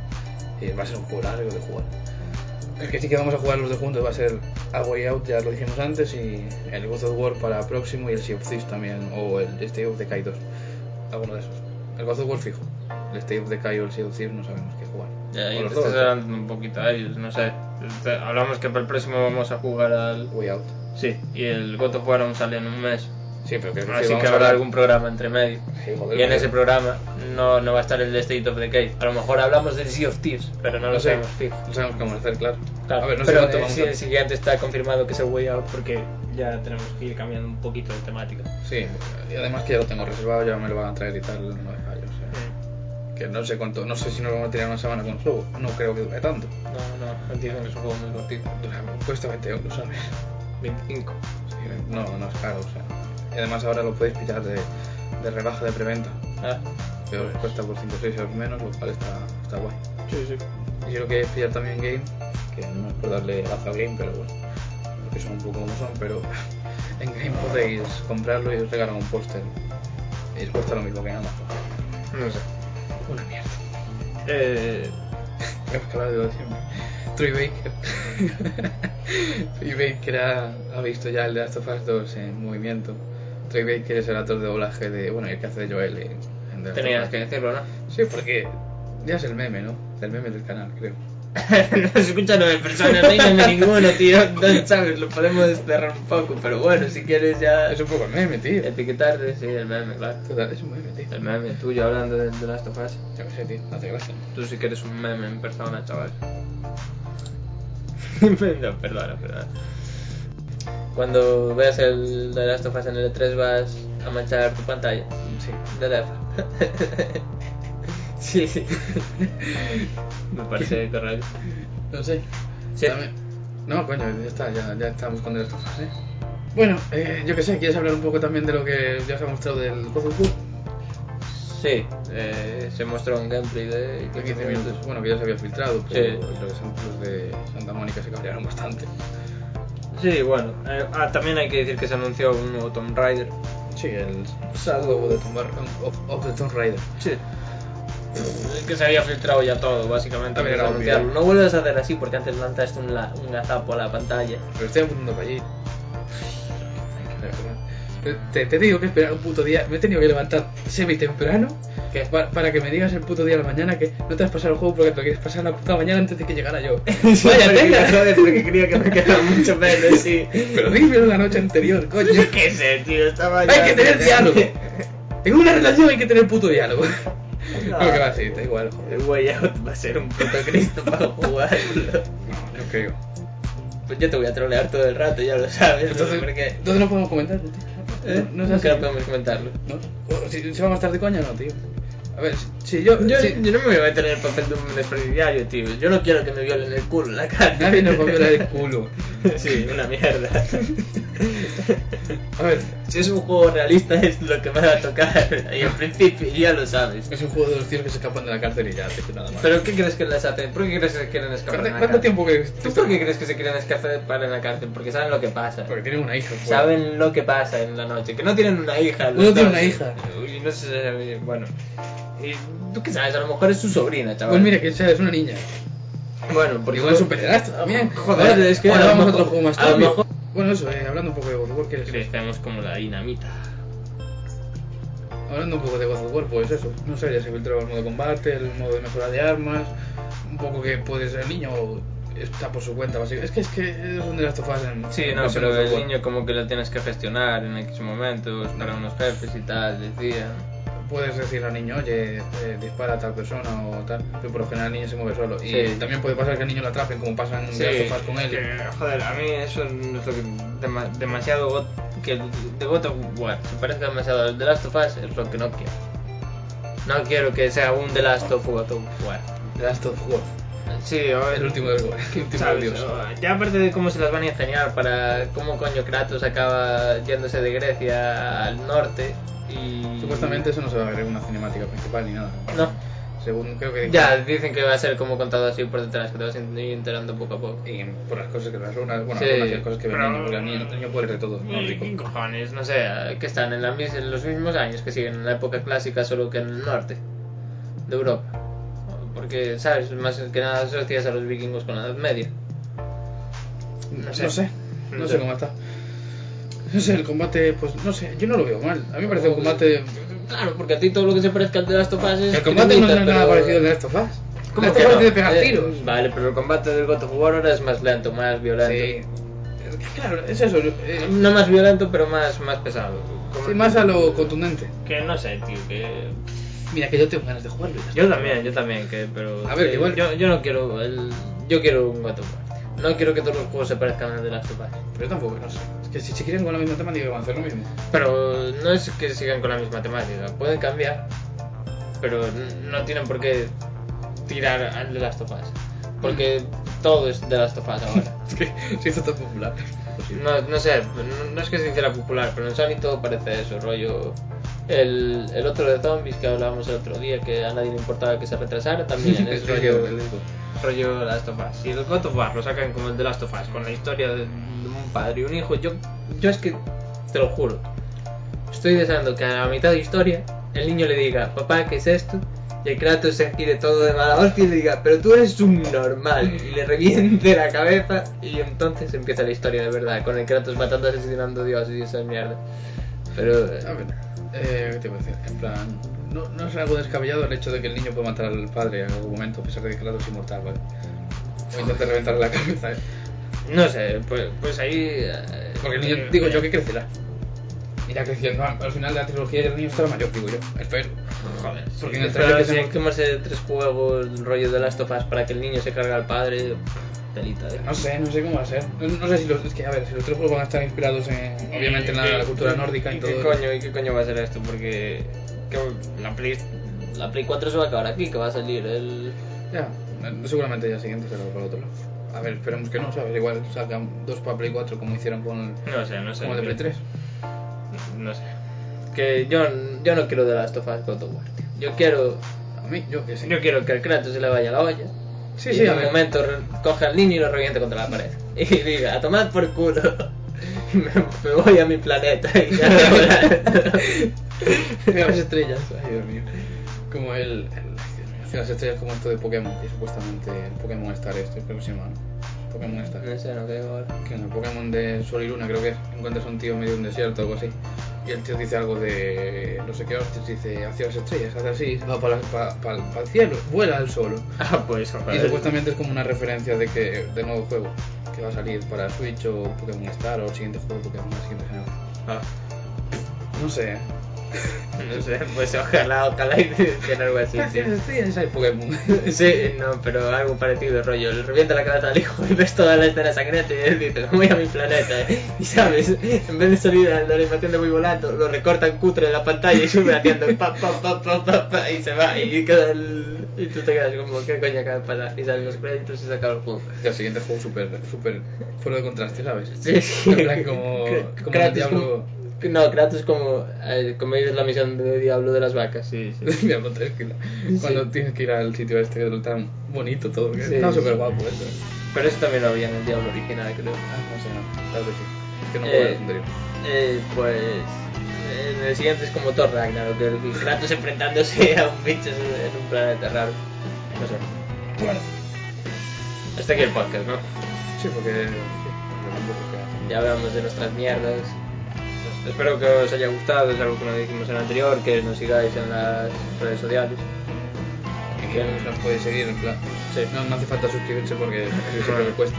[SPEAKER 2] Eh, va a ser un juego largo de jugar. El que sí que vamos a jugar los dos juntos va a ser A Way Out, ya lo dijimos antes, y el God of War para próximo y el Sea of Thieves también, o el State of Decay 2, alguno de esos. El God of War fijo, el State of Decay o el Sea of Thieves no sabemos qué jugar.
[SPEAKER 1] Ya,
[SPEAKER 2] O
[SPEAKER 1] y este te
[SPEAKER 2] los
[SPEAKER 1] estás
[SPEAKER 2] dos,
[SPEAKER 1] hablando un poquito a ellos, no sé. Te- Hablamos que para el próximo vamos a jugar al.
[SPEAKER 2] Way Out.
[SPEAKER 1] Sí, y el God of War aún sale en un mes.
[SPEAKER 2] Sí, pero creo que sí,
[SPEAKER 1] Así
[SPEAKER 2] vamos
[SPEAKER 1] que
[SPEAKER 2] a
[SPEAKER 1] habrá
[SPEAKER 2] hablar-
[SPEAKER 1] algún programa entre medio.
[SPEAKER 2] Sí, joder,
[SPEAKER 1] Y en
[SPEAKER 2] vale.
[SPEAKER 1] ese programa no, no va a estar el de State of Decay. A lo mejor hablamos del Sea of Thieves, pero no
[SPEAKER 2] No,
[SPEAKER 1] lo
[SPEAKER 2] sé,
[SPEAKER 1] sabemos fijo.
[SPEAKER 2] no sabemos qué vamos a hacer, claro.
[SPEAKER 1] Claro,
[SPEAKER 2] a ver, no sé
[SPEAKER 1] pero
[SPEAKER 2] cuánto
[SPEAKER 1] eh,
[SPEAKER 2] vamos
[SPEAKER 1] sí,
[SPEAKER 2] a
[SPEAKER 1] el siguiente está confirmado que es el Way Out porque ya tenemos que ir cambiando un poquito de temática.
[SPEAKER 2] Sí, y además que ya lo tengo reservado, ya me lo van a traer y tal, no hay fallo, o sea,
[SPEAKER 1] Eh,
[SPEAKER 2] Que no sé cuánto, no sé si nos vamos a tirar una semana con el juego, no creo que dure tanto.
[SPEAKER 1] No, no, entiendo que es un juego muy cortito.
[SPEAKER 2] Dura- Cuesta 20 euros, ¿sabes?
[SPEAKER 1] 25.
[SPEAKER 2] Sí, No, no es caro, o sea. Y además ahora lo podéis pillar de, de rebaja de preventa.
[SPEAKER 1] Ah,
[SPEAKER 2] Pero os cuesta por 5 o 6 euros menos, lo cual está, está guay.
[SPEAKER 1] sí, sí.
[SPEAKER 2] Y yo lo que es pillar también game, que no es por darle lazo al game, pero bueno, porque son un poco como son, pero en game podéis comprarlo y os regalan un póster. Y os cuesta lo mismo que en Amazon.
[SPEAKER 1] No sé.
[SPEAKER 2] Una mierda.
[SPEAKER 1] Eh,
[SPEAKER 2] Hemos hablado de lo de siempre. Troy Baker. Troy Baker ha, ha visto ya el de Last of Us 2 en movimiento. Troy Baker es el actor de doblaje de. Bueno, el que hace de Joel en, en The Last
[SPEAKER 1] tenías
[SPEAKER 2] of
[SPEAKER 1] que
[SPEAKER 2] Us.
[SPEAKER 1] decirlo, ¿no?
[SPEAKER 2] Sí, porque ya es el meme, ¿no? Del meme del canal, creo.
[SPEAKER 1] Nos escuchan nueve personas, no hay meme ninguno, tío. No sabes, lo podemos desterrar un poco, pero bueno, si quieres ya
[SPEAKER 2] Es un poco el meme, tío.
[SPEAKER 1] etiquetarte, sí, el meme, claro.
[SPEAKER 2] Total, es un meme, tío.
[SPEAKER 1] El meme tuyo hablando de, de Last of Us.
[SPEAKER 2] Yo qué sé, tío. No te gracia.
[SPEAKER 1] Tú sí que eres un meme en persona, chaval. no, perdona, perdona. Cuando veas el de Last of Us en el E3 vas a manchar tu pantalla.
[SPEAKER 2] Sí.
[SPEAKER 1] De lejos. sí, sí. Me parece correcto.
[SPEAKER 2] No sé.
[SPEAKER 1] Sí.
[SPEAKER 2] Dame- No, coño, ya está, ya, ya estamos con The Last of Us, ¿eh? Bueno, eh, yo qué sé, ¿quieres hablar un poco también de lo que ya se ha mostrado del God of War?
[SPEAKER 1] Sí, eh, se mostró un gameplay de
[SPEAKER 2] De 15 minutos, bueno, que ya se había filtrado, pero los ejemplos de Santa Mónica se cabrearon bastante.
[SPEAKER 1] Sí, bueno. eh, ah, también hay que decir que se anunció un nuevo Tomb Raider.
[SPEAKER 2] Sí, el Shadow of the Tomb, of, of the Tomb Raider.
[SPEAKER 1] Sí. Es que se había filtrado ya todo, básicamente,
[SPEAKER 2] También
[SPEAKER 1] antes de
[SPEAKER 2] era obvio.
[SPEAKER 1] anunciarlo. No vuelvas a hacer así porque antes lanzaste un, la- un gazapo a la pantalla.
[SPEAKER 2] Pero estoy apuntando para allí. Te, te digo que he esperado un puto día. Me he tenido que levantar semi temprano que pa- para que me digas el puto día de la mañana que no te has pasado el juego porque te lo quieres pasar la puta mañana antes de que llegara yo. Vaya tela.
[SPEAKER 1] Porque creía que me quedaba mucho menos, sí.
[SPEAKER 2] Pero dímelo la noche anterior, coño.
[SPEAKER 1] Yo qué sé, tío, estaba ya-
[SPEAKER 2] Hay que tener diálogo. En una relación hay que tener puto diálogo. No, que va a decir, da igual. joder,
[SPEAKER 1] El güey va a ser un puto Cristo para jugarlo.
[SPEAKER 2] No creo.
[SPEAKER 1] Pues yo te voy a trolear todo el rato, ya lo sabes.
[SPEAKER 2] Entonces,
[SPEAKER 1] ¿no? Porque,
[SPEAKER 2] entonces no podemos comentar, tío.
[SPEAKER 1] ¿eh?
[SPEAKER 2] No, no es
[SPEAKER 1] Nunca
[SPEAKER 2] así.
[SPEAKER 1] podemos comentarlo.
[SPEAKER 2] ¿No? O Si, si vamos a estar de coña, no, tío. A ver, si, si yo.
[SPEAKER 1] Yo,
[SPEAKER 2] si-
[SPEAKER 1] yo no me voy a meter en el papel de un desprestigiario, tío. Yo no quiero que me violen el culo en la cara.
[SPEAKER 2] Nadie nos va a violar el culo.
[SPEAKER 1] Sí, una mierda.
[SPEAKER 2] A ver,
[SPEAKER 1] si es un juego realista es lo que me va a tocar. Y al principio ya lo sabes.
[SPEAKER 2] es un juego de los tíos que se escapan de la cárcel y ya, tío, nada más.
[SPEAKER 1] ¿Pero qué crees que les hacen? ¿Por qué crees que quieren escapar
[SPEAKER 2] ¿Cuánto,
[SPEAKER 1] en la
[SPEAKER 2] cuánto
[SPEAKER 1] cárcel?
[SPEAKER 2] tiempo crees?
[SPEAKER 1] ¿Tú por qué crees que se quieren escapar en la cárcel? Porque saben lo que pasa.
[SPEAKER 2] Porque tienen una hija. pues. fuera.
[SPEAKER 1] Saben lo que pasa en la noche. Que no tienen una hija. los
[SPEAKER 2] No tienen
[SPEAKER 1] dos.
[SPEAKER 2] una hija.
[SPEAKER 1] Y no sé, bueno. Y tú qué sabes, a lo mejor es su sobrina, chaval.
[SPEAKER 2] Pues mira, que sea, es una niña.
[SPEAKER 1] Bueno,
[SPEAKER 2] Porque
[SPEAKER 1] porque
[SPEAKER 2] igual es un pederasta también.
[SPEAKER 1] Joder,
[SPEAKER 2] Ahora-
[SPEAKER 1] es que a lo
[SPEAKER 2] ahora vamos a
[SPEAKER 1] mejor-
[SPEAKER 2] otro juego más
[SPEAKER 1] a lo
[SPEAKER 2] turbio.
[SPEAKER 1] mejor-
[SPEAKER 2] Bueno, eso, eh, hablando un poco de God of War, ¿qué es eso?
[SPEAKER 1] Crecemos como la dinamita.
[SPEAKER 2] Hablando un poco de God of War, pues eso. No sé, ya se filtraba el modo de combate, el modo de mejora de armas, un poco que puedes. El niño está por su cuenta, básicamente. Es que es que son de las tofadas en.
[SPEAKER 1] Sí,
[SPEAKER 2] en
[SPEAKER 1] no,
[SPEAKER 2] versión
[SPEAKER 1] pero
[SPEAKER 2] God of
[SPEAKER 1] el
[SPEAKER 2] War.
[SPEAKER 1] niño como que lo tienes que gestionar en X momentos, para unos jefes y tal, decía.
[SPEAKER 2] Puedes decirle al niño, oye, eh, dispara a tal persona o tal, pero por lo general el niño se mueve solo.
[SPEAKER 1] Sí.
[SPEAKER 2] Y también puede pasar que el niño lo atrapen, como pasan en
[SPEAKER 1] Sí,
[SPEAKER 2] las tofadas con él.
[SPEAKER 1] que, joder, a mí eso no es lo que... dema- demasiado... got- que el- de God of War se parece demasiado al The Last of Us, es lo que no quiero. No quiero que sea un The Last of God of War.
[SPEAKER 2] The Last of War,
[SPEAKER 1] Sí, a ver,
[SPEAKER 2] el último del el último del
[SPEAKER 1] ¿sabes?
[SPEAKER 2] dios.
[SPEAKER 1] Ya aparte de cómo se las van a ingeniar para cómo coño Kratos acaba yéndose de Grecia al norte y...
[SPEAKER 2] Supuestamente eso no se va a ver en una cinemática principal ni nada.
[SPEAKER 1] No.
[SPEAKER 2] Según creo que...
[SPEAKER 1] Ya, dicen que va a ser como contado así por detrás, que te vas in- ir enterando poco a poco.
[SPEAKER 2] Y por las cosas que las unas, bueno,
[SPEAKER 1] Sí,
[SPEAKER 2] por las cosas que ve el
[SPEAKER 1] pero-
[SPEAKER 2] niño, porque el niño, el niño puede ver de todo, no rico.
[SPEAKER 1] ¿Qué cojones? No sé, que están en, la mis- en los mismos años que siguen en la época clásica, solo que en el norte de Europa. Porque, ¿sabes? Más que nada asocias a los vikingos con la Edad Media.
[SPEAKER 2] No
[SPEAKER 1] Mm. No
[SPEAKER 2] sé,
[SPEAKER 1] sé. Mm.
[SPEAKER 2] no sé,
[SPEAKER 1] No sé.
[SPEAKER 2] cómo está. No sé, el combate, pues no sé, yo no lo veo mal. A mí me parece un combate...
[SPEAKER 1] Claro, porque a ti todo lo que se parezca al de las topas es.
[SPEAKER 2] El combate no es
[SPEAKER 1] cremita,
[SPEAKER 2] nada
[SPEAKER 1] pero-
[SPEAKER 2] parecido al de Last of Us.
[SPEAKER 1] ¿Cómo
[SPEAKER 2] Last
[SPEAKER 1] que
[SPEAKER 2] of Us
[SPEAKER 1] no?
[SPEAKER 2] es de pegar
[SPEAKER 1] Eh,
[SPEAKER 2] tiros.
[SPEAKER 1] Vale, pero el combate del God of War ahora es más lento, más
[SPEAKER 2] Sí.
[SPEAKER 1] violento.
[SPEAKER 2] Claro, es eso. eh,
[SPEAKER 1] No más violento, pero más, más pesado. Como-
[SPEAKER 2] sí, más a lo contundente.
[SPEAKER 1] Que no sé, tío, que...
[SPEAKER 2] Mira, que yo tengo ganas de jugarlo. ya está.
[SPEAKER 1] Yo también, yo también, que... Pero...
[SPEAKER 2] A ver,
[SPEAKER 1] que
[SPEAKER 2] igual-
[SPEAKER 1] Yo, yo no quiero el... Yo quiero un God of War. No quiero que todos los juegos se parezcan al de las topas.
[SPEAKER 2] Pero tampoco, no sé. Es que si se quieren con la misma temática van a hacer lo mismo.
[SPEAKER 1] Pero no es que sigan con la misma temática. Pueden cambiar, pero no tienen por qué tirar al de las topas. Porque todo es de las topas ahora.
[SPEAKER 2] Es que se hizo tan popular.
[SPEAKER 1] No, no sé, no, no es que se hiciera popular, pero en Sony todo parece eso, rollo. El, el otro de zombies que hablábamos el otro día, que a nadie le importaba que se retrasara, también es rollo, rollo Last of Us. Y el God of War lo sacan como el de Last of Us, con la historia de un padre y un hijo. Yo, yo es que, te lo juro, estoy deseando que a la mitad de historia el niño le diga, papá, ¿qué es esto? Y el Kratos se gire todo de mala hostia y le diga, pero tú eres un normal. Y le reviente la cabeza y entonces empieza la historia de verdad, con el Kratos matando, asesinando dioses y esas mierdas. Pero...
[SPEAKER 2] A ver, eh, ¿qué te voy a decir? En plan, no, no es algo descabellado el hecho de que el niño pueda matar al padre en algún momento, a pesar de que Kratos es inmortal, ¿vale? O intentar reventarle la cabeza, ¿eh?
[SPEAKER 1] No sé, pues, pues ahí... eh,
[SPEAKER 2] Porque el niño,
[SPEAKER 1] eh,
[SPEAKER 2] digo yo, que crecerá. Irá creciendo. Ah, Al final de la trilogía ya el niño estará mayor, digo yo. Espero.
[SPEAKER 1] eh, Joder,
[SPEAKER 2] Porque
[SPEAKER 1] porque
[SPEAKER 2] en el
[SPEAKER 1] pero
[SPEAKER 2] trailer que
[SPEAKER 1] si
[SPEAKER 2] se
[SPEAKER 1] hay
[SPEAKER 2] mu-
[SPEAKER 1] que quemarse tres juegos, el rollo de Last of Us, para que el niño se cargue al padre, telita, ¿eh?
[SPEAKER 2] No sé, no sé cómo va a ser. No, no sé si los, es que, a ver, si los tres juegos van a estar inspirados en, obviamente, en la, Ah,
[SPEAKER 1] Eh,
[SPEAKER 2] la cultura nórdica y, todo.
[SPEAKER 1] ¿Qué coño, ¿Y qué coño va a ser esto? Porque que la, Play, la Play 4 se va a acabar aquí, que va a salir el...
[SPEAKER 2] Ya, eh, seguramente ya siguiente será para otro lado. A ver, esperemos que no, ¿sabes? Igual sacan dos para Play 4 como hicieron con,
[SPEAKER 1] No sé, no sé.
[SPEAKER 2] con el de Play 3.
[SPEAKER 1] No sé. Que yo, yo no quiero de Last of Us God of War, tío. Yo quiero,
[SPEAKER 2] A mí, yo que sé.
[SPEAKER 1] yo quiero que el Kratos se le vaya a la olla.
[SPEAKER 2] Sí,
[SPEAKER 1] y
[SPEAKER 2] sí,
[SPEAKER 1] en
[SPEAKER 2] a
[SPEAKER 1] un
[SPEAKER 2] ver.
[SPEAKER 1] momento re- coge al niño y lo reviente contra la pared. Y diga, a tomar por culo. Me, me voy a mi planeta. Y ya no habrá-
[SPEAKER 2] Mira las estrellas. Ay, Dios mío. Como el. el- ay, Dios mío, las estrellas como esto de Pokémon, que supuestamente el Pokémon Star este, creo que se llama, ¿no? Pokémon Star.
[SPEAKER 1] No sé, no creo ahora.
[SPEAKER 2] Que en el Pokémon de Sol y Luna creo que es, encuentras un tío en medio de un desierto o algo así. Y el tío dice algo de. No sé qué hostias, dice hacia las estrellas, hace así, va para, la- pa- pa- pa el cielo, vuela al solo.
[SPEAKER 3] Ah, pues ojalá.
[SPEAKER 2] Y supuestamente es como una referencia de que de nuevo juego que va a salir para Switch o Pokémon Star o el siguiente juego de Pokémon, así que me suena.
[SPEAKER 3] Ah,
[SPEAKER 2] No sé.
[SPEAKER 3] no sé, pues ojalá, ojalá y hiciera algo así.
[SPEAKER 2] Hacia
[SPEAKER 3] sí.
[SPEAKER 2] las estrellas hay Pokémon.
[SPEAKER 3] Sí, no, pero algo parecido, rollo. Le revienta la cabeza al hijo y ves toda la escena sangrante y él dice, voy a mi planeta. eh. Y sabes, en vez de salir a la animación de muy volando, lo recortan cutre en la pantalla y sube haciendo pa, pa, pa, pa, pa, pa, y se va. Y, queda el- y tú te quedas como, ¿qué coño acaba de pasar? Y salen los créditos y se acaba el juego.
[SPEAKER 2] Y el siguiente juego súper, súper fuera de contraste, ¿sabes?
[SPEAKER 3] Sí, sí.
[SPEAKER 2] En plan, como-
[SPEAKER 3] Kra-
[SPEAKER 2] como
[SPEAKER 3] Kratos
[SPEAKER 2] el diablo-
[SPEAKER 3] como- No, Kratos como, eh, como dices la misión de Diablo de las vacas, sí, sí.
[SPEAKER 2] Me hablo tranquila. Cuando tienes que ir al sitio este que es tan bonito todo, que
[SPEAKER 3] Sí,
[SPEAKER 2] está
[SPEAKER 3] sí.
[SPEAKER 2] súper guapo eso.
[SPEAKER 3] Pero eso también lo había en el Diablo original, creo.
[SPEAKER 2] Ah, no sé, no. Tal vez sí. Es que no
[SPEAKER 3] Eh,
[SPEAKER 2] puedo responder
[SPEAKER 3] Eh, pues eh, en el siguiente es como Thor Ragnarok, que el Kratos enfrentándose a un bicho en un planeta raro. No sé. Bueno. Hasta aquí el podcast, ¿no?
[SPEAKER 2] Sí, porque. sí, porque tampoco es que hace
[SPEAKER 3] Ya hablamos de nuestras mierdas. Pues espero que os haya gustado, es algo que no dijimos en el anterior, que nos sigáis en las redes sociales.
[SPEAKER 2] Y que nos podéis seguir en plan.
[SPEAKER 3] Sí.
[SPEAKER 2] No, no hace falta suscribirse porque suscribirse creo que cuesta.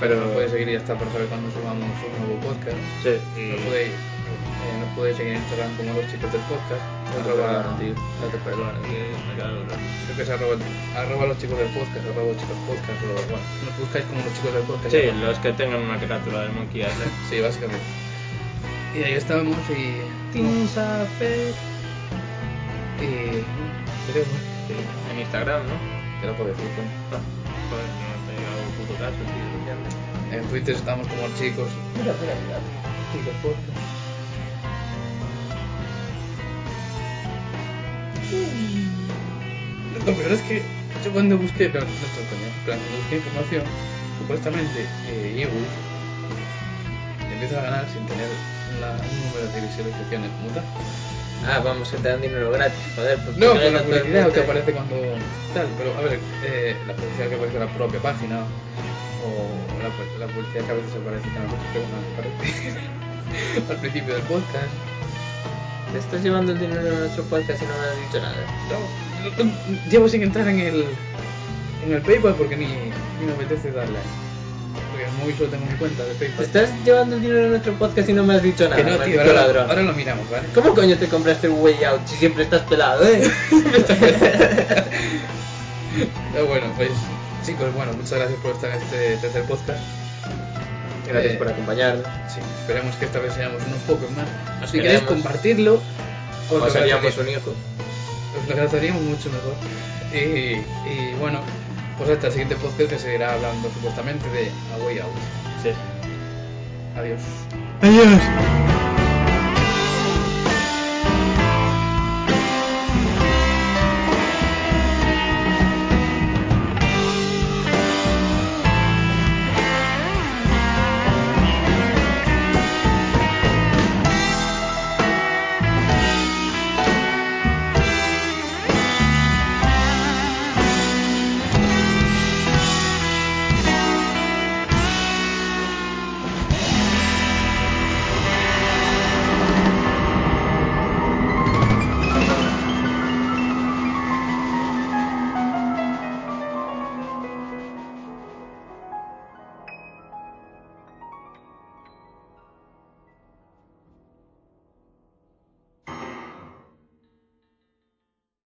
[SPEAKER 2] Pero nos podéis seguir y ya está para saber cuándo subamos un nuevo podcast.
[SPEAKER 3] Sí,
[SPEAKER 2] Nos podéis, eh, nos podéis seguir en Instagram como los chicos del podcast.
[SPEAKER 3] No te
[SPEAKER 2] Arroba,
[SPEAKER 3] perdono, tío. No te perdono, que me cago en la-
[SPEAKER 2] creo que es arroba, arroba los chicos del podcast, arroba los chicos podcast, o bueno, nos buscáis como los chicos del podcast.
[SPEAKER 3] Sí, los que tengan una carátula de Monkey Island.
[SPEAKER 2] Sí, básicamente. Y ahí estábamos y. Y. Creo
[SPEAKER 3] Sí, En Instagram, ¿no?
[SPEAKER 2] que no puedo decir. coño.
[SPEAKER 3] Ah, Joder, no te hago puto caso, tío. ya.
[SPEAKER 2] En Twitter estamos como los chicos.
[SPEAKER 3] Mira, mira, mira.
[SPEAKER 2] Chicos podcast. Mm. Lo peor es que yo cuando busqué, no, no estoy coño, en plan, cuando busqué información, supuestamente eh, eBook empieza a ganar sin tener la- un número de visualizaciones como tal.
[SPEAKER 3] Ah, vamos, que te dan dinero gratis, joder. ¿por qué
[SPEAKER 2] No, con la
[SPEAKER 3] le das tanto
[SPEAKER 2] publicidad
[SPEAKER 3] dinero?
[SPEAKER 2] que aparece cuando tal, pero a ver, eh, la publicidad que aparece en la propia página o la, pu- la publicidad que a veces aparece en algunos programas que aparece al principio del podcast.
[SPEAKER 3] Te estás llevando el dinero a nuestro podcast y no me has dicho nada.
[SPEAKER 2] No, no, no, llevo sin entrar en el en el PayPal porque ni, ni me apetece darle. Porque en el móvil solo tengo mi cuenta de
[SPEAKER 3] Te
[SPEAKER 2] PayPal.
[SPEAKER 3] estás llevando el dinero a nuestro podcast y no me has dicho nada.
[SPEAKER 2] que no, tío,
[SPEAKER 3] maldito
[SPEAKER 2] ahora,
[SPEAKER 3] ladrón.
[SPEAKER 2] ahora lo miramos, ¿vale?
[SPEAKER 3] ¿Cómo coño te compraste un way out si siempre estás pelado, eh?
[SPEAKER 2] Pero bueno, pues chicos, bueno, muchas gracias por estar en este tercer podcast.
[SPEAKER 3] Gracias
[SPEAKER 2] Eh,
[SPEAKER 3] por acompañarnos.
[SPEAKER 2] Sí, esperemos que esta vez seamos unos pocos más.
[SPEAKER 3] Nos
[SPEAKER 2] si queréis
[SPEAKER 3] queremos.
[SPEAKER 2] compartirlo, os
[SPEAKER 1] Pues
[SPEAKER 2] lo,
[SPEAKER 3] Os haríamos un
[SPEAKER 2] agradecería-
[SPEAKER 3] hijo.
[SPEAKER 2] os lo agradeceríamos mucho mejor. Y, y bueno, pues hasta el siguiente podcast que seguirá hablando supuestamente de Away Out.
[SPEAKER 3] Sí.
[SPEAKER 2] Adiós.
[SPEAKER 4] Adiós.